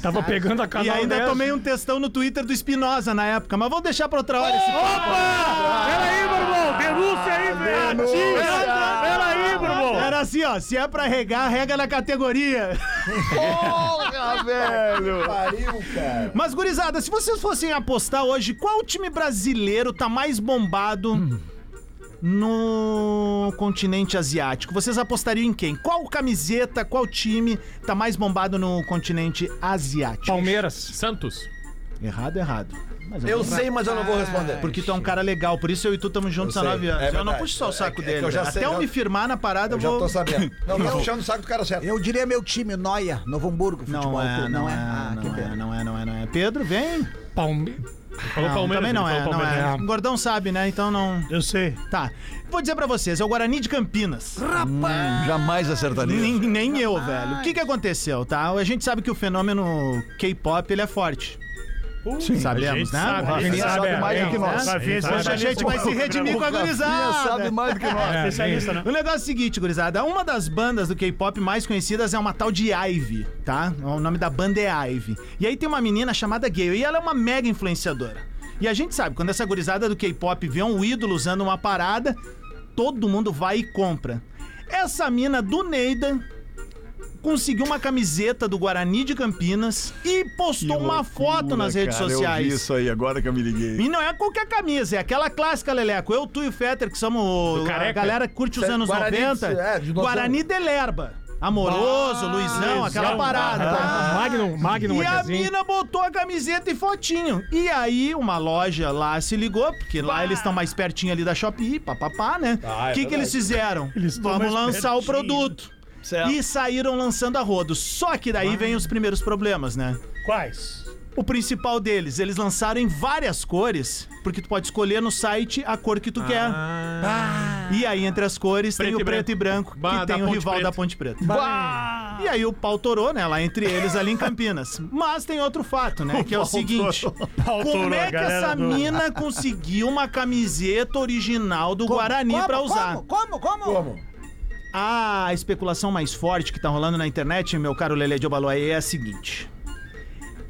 S10: tava pegando a Canal
S5: E
S10: 10.
S5: ainda tomei um textão no Twitter do Espinosa na época, mas vamos deixar pra outra hora esse
S3: Peraí, meu irmão, denúncia aí, velho. Peraí, meu irmão.
S5: Era assim, ó, se é pra regar, rega na categoria.
S2: Porra, velho!
S5: Mas, gurizada, se vocês fossem apostar hoje, qual time brasileiro tá mais bombado no um continente asiático? Vocês apostariam em quem? Qual camiseta, qual time tá mais bombado no continente asiático?
S10: Palmeiras.
S4: Santos.
S5: Errado, errado. Mas
S6: Eu sei, mas eu não vou responder.
S5: Porque tu é um cara legal, por isso eu e tu estamos juntos
S6: Eu
S5: há
S6: sei,
S5: nove
S6: é
S5: anos. eu não
S6: verdade.
S5: puxo só o
S6: É
S5: saco
S6: que- é que
S5: dele. né?
S6: eu já
S5: Até
S6: sei,
S5: eu
S6: já-
S5: me firmar na parada,
S6: Eu
S5: eu
S6: já
S5: vou.
S6: tô sabendo. Não, tá puxando o saco do cara certo.
S14: Eu diria meu time, Noia, Novo Hamburgo, futebol.
S5: Não é,
S14: Clube,
S5: não é,
S14: Ah, que
S5: não
S14: pena.
S5: é, não é, não é, não é. Pedro, vem.
S10: Palmeiras.
S4: Falou
S5: Não,
S4: Palmeiras.
S5: também não
S4: ele
S5: é,
S4: falou
S5: não
S4: Palmeiras.
S5: é. O Gordão sabe, né? Então não.
S3: Eu sei.
S5: Tá. Vou dizer pra vocês, é o Guarani de Campinas.
S2: Jamais acertaria.
S5: Nem, nem eu, velho. O que, que aconteceu, tá? A gente sabe que o fenômeno K-pop ele é forte. sabemos,
S4: gente
S5: né?
S4: sabe, a
S5: Hoje
S4: gente
S5: a
S4: sabe
S2: mais do que nós.
S3: Vai ver se
S5: gente, vai se redimir com a
S2: sabe
S5: gurizada.
S2: mais
S4: É,
S2: do que nós.
S3: Especialista, né?
S5: O negócio é o seguinte, gurizada. Uma das bandas do K-pop mais conhecidas é uma tal de Ive, tá? O nome da banda é Ive. E aí tem uma menina chamada Gale e ela é uma mega influenciadora. E a gente sabe, quando essa gurizada do K-pop vê um ídolo usando uma parada, todo mundo vai e compra. Essa mina do Neida conseguiu uma camiseta do Guarani de Campinas e postou uma foto nas redes
S2: Cara,
S4: É
S5: sociais.
S2: Eu vi isso aí agora que eu me liguei.
S5: E não é qualquer camisa, é aquela clássica, Leleco. Eu, tu e o Fetter, que somos o- a
S4: careca.
S5: galera que curte os
S6: Cê-
S5: anos
S6: Guarani de-
S5: 90.
S6: é, de nós
S5: Guarani de Lerba. Amoroso, Luizão, aquela parada.
S10: Ah, Magnum, Magnum,
S5: E a
S10: Magnum.
S5: mina botou a camiseta e fotinho. E aí, uma loja lá se ligou, porque lá eles estão mais pertinho ali da Shopee, papapá, né? O
S4: Ah, é
S5: que, que eles fizeram?
S3: Eles tão
S5: Vamos
S3: mais
S5: lançar o
S3: pertinho.
S5: produto. E saíram lançando a rodo. Só que daí vem os primeiros problemas, né?
S3: Quais?
S5: O principal deles, eles lançaram em várias cores, porque tu pode escolher no site a cor que tu quer. E aí, entre as cores, tem
S4: Ah. Preto
S5: o
S4: e
S5: preto e branco,
S4: Bah,
S5: que
S4: da
S5: tem o
S4: Ponte
S5: rival
S4: Preta.
S5: da Ponte Preta. E aí o pau torou, né? Lá entre eles, ali em Campinas. Mas tem outro fato, né? Que é o seguinte:
S3: Pau
S5: como
S3: torou,
S5: é que
S3: galera
S5: essa
S3: do-
S5: mina conseguiu uma camiseta original do Guarani
S13: Como,
S5: pra usar?
S13: Como, como, como?
S5: A especulação mais forte que tá rolando na internet, meu caro Lelê de Obaloaê, é a seguinte.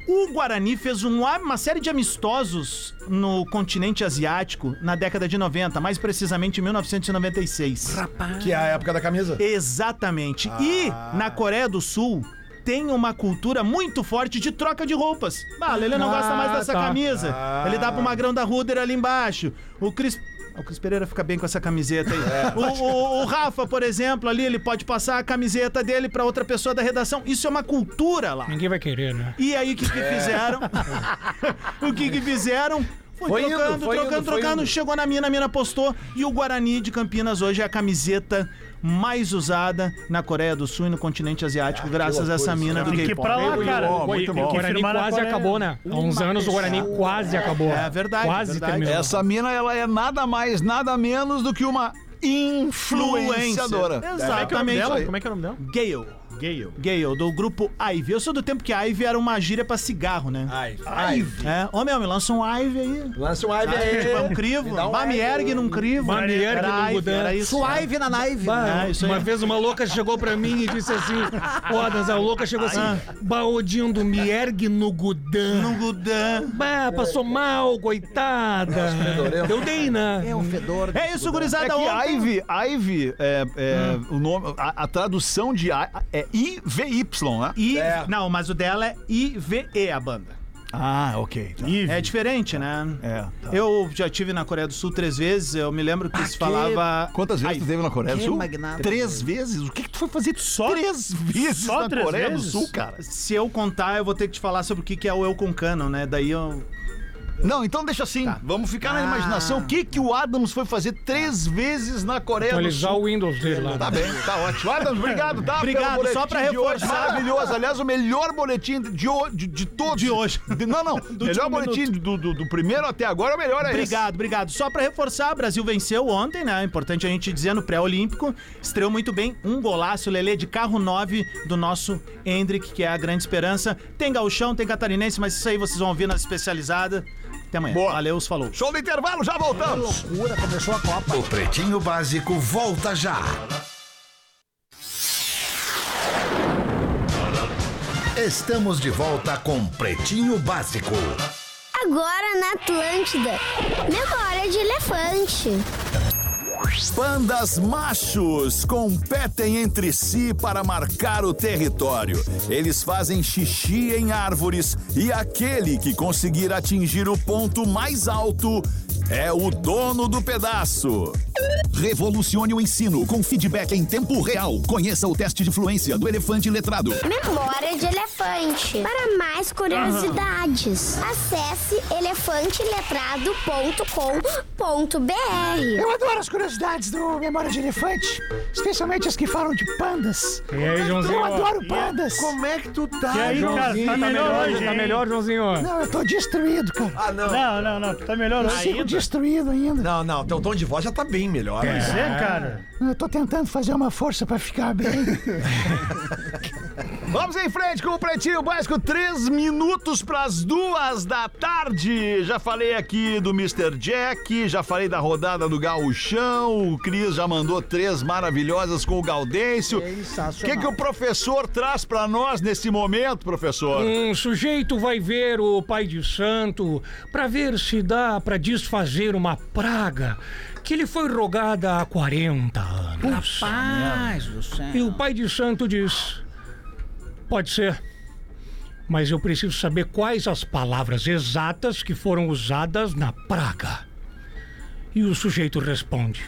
S5: O Guarani fez um a- uma série de amistosos no continente asiático na década de 90, mais precisamente em 1996.
S6: Que é a época da camisa.
S5: Exatamente.
S6: Ah.
S5: E na Coreia do Sul tem uma cultura muito forte de troca de roupas. Ah, Lelê não gosta mais dessa
S6: tá.
S5: camisa.
S6: Ah.
S5: Ele dá pro Magrão da Ruder ali embaixo. O Cris. Ah, O Cris Pereira fica bem com essa camiseta aí. O,
S6: É,
S5: o- o Rafa, por exemplo, ali, ele pode passar a camiseta dele pra outra pessoa da redação. Isso é uma cultura lá.
S10: Ninguém vai querer, né?
S5: E aí, o que, que
S6: É.
S5: fizeram? o que, que fizeram? Foi,
S6: Foi indo,
S5: trocando,
S6: foi
S5: trocando,
S6: indo, foi
S5: trocando.
S6: indo.
S5: Chegou na mina, a mina postou. E o Guarani de Campinas hoje é a camiseta mais usada na Coreia do Sul e no continente asiático,
S2: Ah,
S5: graças a essa mina do
S2: né?
S3: Tem que ir
S5: K-pop.
S3: pra lá, cara.
S10: Muito bom. O Guarani
S3: firmar na é
S10: quase
S3: Coreia.
S10: acabou, né? Há uns anos o Guarani quase acabou.
S5: É verdade,
S10: Quase
S5: verdade.
S10: terminou.
S2: Essa mina, ela é nada mais, nada menos do que uma influenciadora.
S5: Exatamente.
S4: Como é que é o nome dela?
S5: Gale.
S15: Gale.
S4: Gale, do grupo Ive. Eu sou do tempo que Ive era uma gíria pra cigarro, né?
S6: Ive.
S4: Ive. É. Ô, meu, me lança um Ive aí.
S6: Lança um Ive aí.
S4: Tipo, é um crivo.
S6: Me
S2: Então
S6: dá um
S4: Bah, me
S2: é
S6: Ive.
S4: ergue num crivo.
S10: Bah, me ergue
S4: Era
S10: num
S4: Ive,
S10: gudan.
S4: Era isso.
S16: Suave na naive.
S17: né?
S10: Bah,
S4: É, isso aí.
S10: uma vez uma louca chegou pra mim e disse assim: Ó, Adams, a louca chegou assim, baodindo, me ergue no gudan.
S4: Num gudan.
S10: Bah, passou mal, coitada. Eu dei, né?
S16: É um fedor.
S4: É isso,
S2: É
S4: gurizada.
S2: que
S4: ontem- Hum.
S2: Ivy, Ivy, é, é, o nome, a, a tradução de I, é IVY, né?
S4: I...
S6: É.
S4: Não, mas o dela é IVE, a banda.
S2: Ah, ok. tá.
S4: É diferente, né?
S2: É, tá.
S4: Eu já tive na Coreia do Sul três vezes, eu me lembro que se falava.
S2: Quantas vezes
S4: Ai,
S2: tu teve na Coreia do
S16: que
S2: Sul?
S16: magnata.
S2: Três vezes? O que, que tu foi fazer
S4: Só-
S2: três vezes
S3: só
S2: na
S3: três
S2: Coreia
S3: vezes?
S2: do Sul, cara?
S4: Se eu contar, eu vou ter que te falar sobre o que que é o Eu com Canon, né? Daí eu.
S2: Não, então deixa assim.
S4: Tá.
S2: Vamos ficar
S4: Ah.
S2: na imaginação. O que, que o Adams foi fazer três
S4: Tá.
S2: vezes na Coreia do
S10: Atualizar
S2: Sul?
S10: o Windows dele lá.
S2: Tá bem, tá ótimo. Adams, obrigado, tá?
S4: Obrigado,
S2: Pelo
S4: só pra
S2: boletim de hoje,
S4: reforçar.
S2: maravilhoso. Aliás, o melhor boletim de, ho- de, de todos.
S4: De hoje.
S2: De- não, não. melhor
S4: último
S2: boletim do, do, do primeiro até agora, o melhor é esse.
S4: Obrigado, obrigado. Só pra reforçar, o Brasil venceu ontem, né? Importante a gente dizer no pré-olímpico. Estreou muito bem, um golaço, Lelê, de carro 9 do nosso Hendrick, que é a grande esperança. Tem gauchão, tem catarinense, mas isso aí vocês vão ouvir na especializada. Até amanhã.
S2: Boa.
S4: Valeu, falou.
S2: Show do intervalo, já voltamos.
S16: Loucura, começou a Copa.
S18: O Pretinho Básico volta já. Estamos de volta com Pretinho Básico.
S11: Agora na Atlântida. Memória de elefante.
S2: Pandas machos competem entre si para marcar o território. Eles fazem xixi em árvores e aquele que conseguir atingir o ponto mais alto é o dono do pedaço. Revolucione o ensino com feedback em tempo real. Conheça o teste de fluência do elefante letrado.
S11: Memória de elefante. Para mais curiosidades, acesse elefanteletrado.com.br.
S5: Eu adoro as curiosidades do Memória de Elefante, especialmente as que falam de pandas.
S10: E aí, Joãozinho?
S5: Eu adoro pandas.
S6: Como é que tu tá,
S3: E aí, cara,
S6: Joãozinho?
S3: tá melhor hoje,
S10: Tá
S3: hein?
S10: melhor, Joãozinho?
S5: Não, eu tô destruído, cara.
S6: Ah, não.
S3: Não, não, não. Tu tá melhor hoje.
S5: Sigo destruído ainda.
S6: Não, não, teu tom de voz já tá bem melhor.
S3: Pois é,
S4: Ah.
S3: cara.
S5: Eu tô tentando fazer uma força pra ficar bem.
S2: Vamos em frente com o Pretinho Básico, três minutos para as duas da tarde. Já falei aqui do Mr. Jack, já falei da rodada do Gaúchão, o Cris já mandou três maravilhosas com o Gaudêncio. O que, que o professor traz para nós nesse momento, professor?
S10: Um sujeito vai ver o pai de santo para ver se dá para desfazer uma praga que ele foi rogada há 40 anos.
S5: Paz do céu.
S10: E o pai de santo diz: Pode ser, mas eu preciso saber quais as palavras exatas que foram usadas na praga. E o sujeito responde: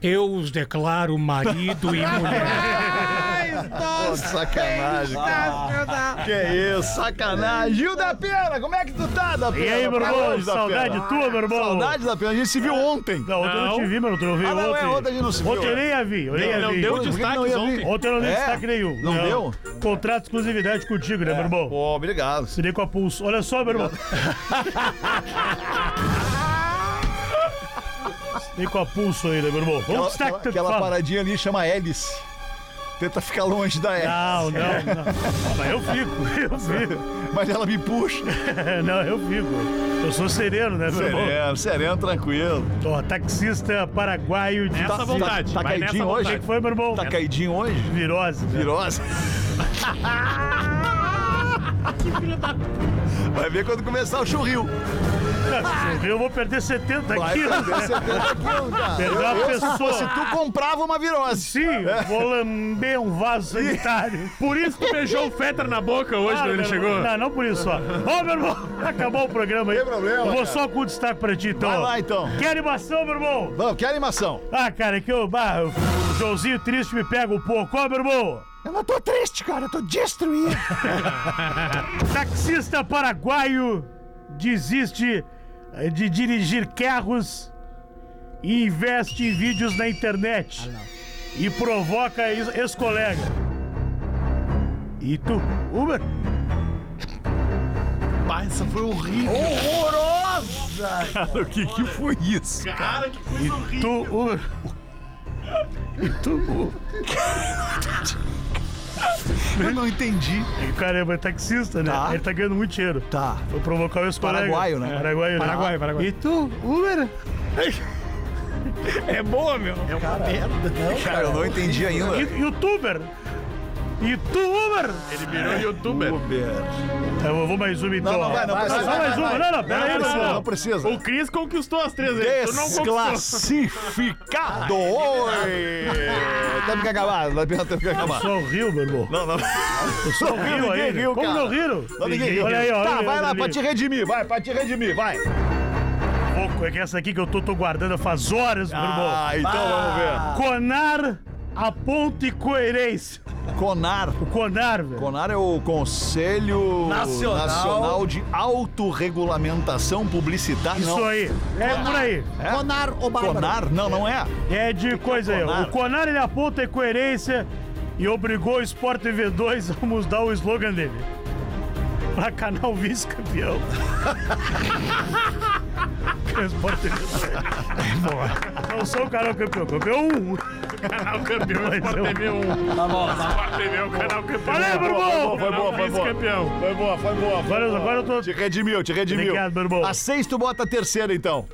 S10: Eu os declaro marido e mulher.
S2: Sacanagem. Que isso, sacanagem. Gil da Pena, como é que tu tá, da Pena?
S3: E aí, meu
S2: Pra
S3: irmão?
S2: onde, da
S3: Saudade
S2: Pena?
S3: tua, meu irmão?
S2: Saudade da Pena, a gente se viu ontem.
S3: Não, ontem eu não te vi, meu irmão. Eu vi
S2: Ah, não,
S3: ontem.
S2: é, ontem a gente não se viu.
S3: Ontem eu nem a vi. Eu nem a
S15: Não
S3: vi.
S15: deu
S2: Por que que não
S15: destaques
S2: ia vir?
S15: ontem.
S3: Ontem eu não dei
S2: É?
S3: destaque nenhum.
S2: Não deu? É.
S3: Contrato de exclusividade contigo, né, meu irmão?
S2: Pô, obrigado.
S3: Tirei com a pulso. Olha só, meu irmão. Tirei com a pulso ainda, meu irmão. Vamos
S2: Aquela,
S3: destaque
S2: aquela-
S3: é que tu
S2: aquela
S3: fala.
S2: paradinha ali chama hélice. Tenta ficar longe da hélice.
S3: Não, não, não. Mas eu fico, eu fico. É,
S2: Mas ela me puxa.
S3: Não, eu fico. Eu sou sereno, né, meu irmão?
S2: Sereno, sereno, tranquilo.
S3: Ó, taxista paraguaio de.
S15: Nessa vontade.
S2: tá
S15: vai nessa
S2: caidinho hoje?
S15: vontade.
S3: Que foi, meu irmão?
S2: Tá caidinho hoje?
S3: Virose. né?
S2: Virose. Vai ver quando começar o churril.
S3: Eu vou perder 70
S2: Vai
S3: quilos.
S2: perder 70 quilos, cara.
S3: Perder uma pessoa.
S2: Se tu comprava uma virose.
S3: Sim, vou lamber um vaso sanitário.
S15: Por isso que beijou o Fetter na boca hoje
S3: Ah,
S15: quando ele
S4: né?
S3: meu
S15: chegou.
S3: irmão, Não, não por isso só. Ô, meu irmão, acabou o programa aí.
S2: Tem problema,
S3: Eu vou
S2: cara.
S3: só com o destaque pra ti, então.
S2: Vai lá, então.
S3: Que animação, meu irmão.
S2: Vamos, que animação.
S3: Ah, cara, que eu, bah, o Joãozinho triste me pega um pouco. Ó, meu irmão.
S5: Eu não tô triste, cara. Eu tô destruído.
S3: Taxista paraguaio desiste eh, de dirigir carros e investe em vídeos na
S5: Ah,
S3: internet. e provoca ex- ex-colega. E tu, Uber?
S15: Pá, essa foi horrível.
S2: Cara, o que, que foi isso?
S15: Cara, que coisa horrível.
S3: Tu, Uber. E tu, Uber. Eu não entendi. O cara é taxista, né?
S2: Tá.
S3: Ele tá ganhando muito dinheiro. Tá. Foi provocar os colegas.
S2: Paraguaio, né?
S3: É, Paraguaio,
S2: Paraguaio,
S3: Paraguai. E tu, Uber? É boa, meu. É uma merda.
S2: Não, Cara, eu não cara. entendi ainda.
S3: E- Youtuber. Youtuber. Ele
S4: virou youtuber.
S3: Eu vou mais uma então.
S2: Não, não vai, não
S3: Ah,
S2: precisa,
S3: Vai,
S2: vai,
S3: mais uma.
S2: vai.
S3: Não, não, pera
S2: Não,
S3: aí,
S2: não precisa, não precisa.
S4: O Cris conquistou as três vezes. Tu não conquistou.
S2: Desclassificado! Oi! Temos que acabar, nós temos que acabar.
S3: Só riu, meu irmão.
S2: Não, não.
S3: Só
S2: Não,
S3: riu
S2: ninguém
S3: ainda.
S2: riu,
S3: Como
S2: cara.
S3: não riram?
S2: Não, ninguém riu.
S3: Olha aí, ó.
S2: Tá,
S3: olha
S2: vai lá
S3: ali.
S2: pra te redimir, vai, pra te redimir, vai.
S3: Pouco, é que essa aqui que eu tô, tô guardando faz horas, meu irmão.
S2: Ah, então vamos
S3: Conar aponta e coerência.
S2: Conar.
S3: O Conar, velho.
S2: Conar é o Conselho
S3: Nacional.
S2: Nacional de Autorregulamentação Publicitária.
S3: Isso
S2: não.
S3: aí. É por aí.
S2: É? Conar ou Bárbara? Conar? Não, não é.
S3: É de coisa aí. ó.
S2: Conar?
S3: O Conar ele aponta a coerência e obrigou o Sport TV2 a mudar o slogan dele. Pra canal vice-campeão. Que o Sport TV2. Boa. Não sou o canal campeão, campeão 1. Canal campeão, Sport TV 1. Tá bom,
S4: Sport
S2: é
S4: TV, o canal campeão.
S3: Valeu, meu irmão!
S2: Foi boa, foi boa.
S4: Campeão.
S2: Foi boa, foi boa. foi
S3: Agora,
S2: boa.
S3: agora eu tô.
S2: Te redimiu, te redimiu.
S3: Obrigado, meu irmão.
S2: A seis tu bota a terceira, então.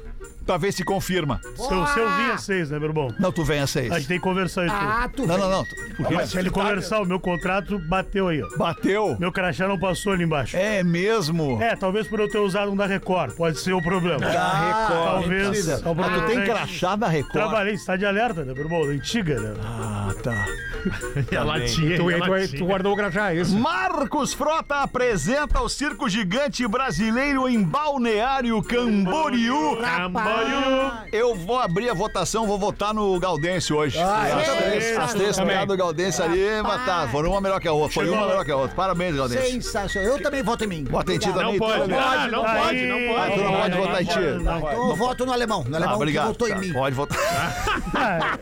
S2: Pra ver se confirma.
S3: Se eu, se eu vim a seis, né, meu irmão?
S2: Não, tu vem a seis.
S3: A gente tem que conversar isso.
S2: Ah, tu Não, vem. não, não.
S3: Porque
S2: Mas
S3: se ele
S2: tu tá-
S3: conversar, o meu contrato bateu aí, ó.
S2: Bateu?
S3: Meu crachá não passou ali embaixo.
S2: É mesmo?
S3: É, talvez por eu ter usado um da Record. Pode ser o problema.
S2: Da Record.
S3: Talvez.
S2: Precisa.
S3: é o
S2: Ah,
S3: problema.
S2: tu tem crachá da Record?
S3: Trabalhei, está de alerta, né, meu irmão? Antiga, né?
S2: Ah, tá.
S4: Ela tinha,
S10: Tu,
S4: ela
S10: tu-
S4: tinha.
S10: tu guardou o grajá, é isso?
S2: Marcos Frota apresenta o circo gigante brasileiro em Balneário Camboriú.
S4: Camboriú.
S2: Eu vou abrir a votação, vou votar no Gaudense hoje.
S6: Ah, eu
S2: as,
S6: também.
S2: três, as três
S6: Também.
S2: piadas do Gaudense ali mataram. Foram uma melhor que a outra. Foi
S3: Chegou
S2: uma
S3: lá.
S2: melhor que a outra. Parabéns, Gaudense.
S17: Sensacional. Eu também voto em mim.
S2: Bota em ti
S17: Obrigado.
S2: também.
S4: Não pode,
S2: tu-
S4: não, não
S3: Aí.
S4: pode, não
S2: Ah,
S4: pode.
S2: tu não pode
S3: não
S2: votar em ti.
S3: pode, não
S17: Então eu voto no alemão. No
S2: Ah,
S17: alemão que
S2: obrigado.
S17: votou em
S2: Tá,
S17: mim.
S2: Pode votar.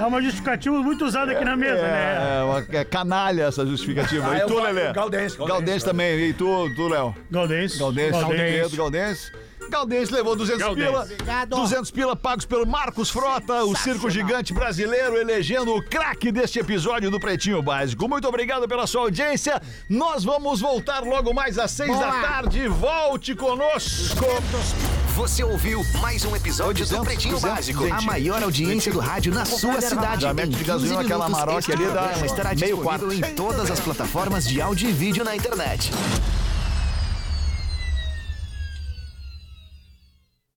S3: É uma justificativa muito usada aqui na mesa, né?
S2: É, uma- é canalha essa justificativa.
S6: Ah,
S2: e
S6: eu
S2: tu,
S6: voto-
S2: Lelê?
S5: É.
S6: Gaudense, Gaudense.
S2: Gaudense também. E tu, tu Léo?
S3: Gaudense.
S2: Gaudense. Gaudense. Gaudense. Gaudense levou 200
S4: Gaudense.
S2: pila. 200 pila pagos pelo Marcos Frota, o circo gigante brasileiro, elegendo o craque deste episódio do Pretinho Básico. Muito obrigado pela sua audiência. Nós vamos voltar logo mais às seis da tarde. Volte conosco.
S5: Você ouviu mais um episódio
S2: é,
S5: do Pretinho Básico. A maior audiência do rádio na sua cidade.
S2: Já mete de gasolina naquela maroca ali, dá
S5: estará
S2: meio
S5: disponível
S2: quarto.
S5: em todas as plataformas de áudio e vídeo na internet.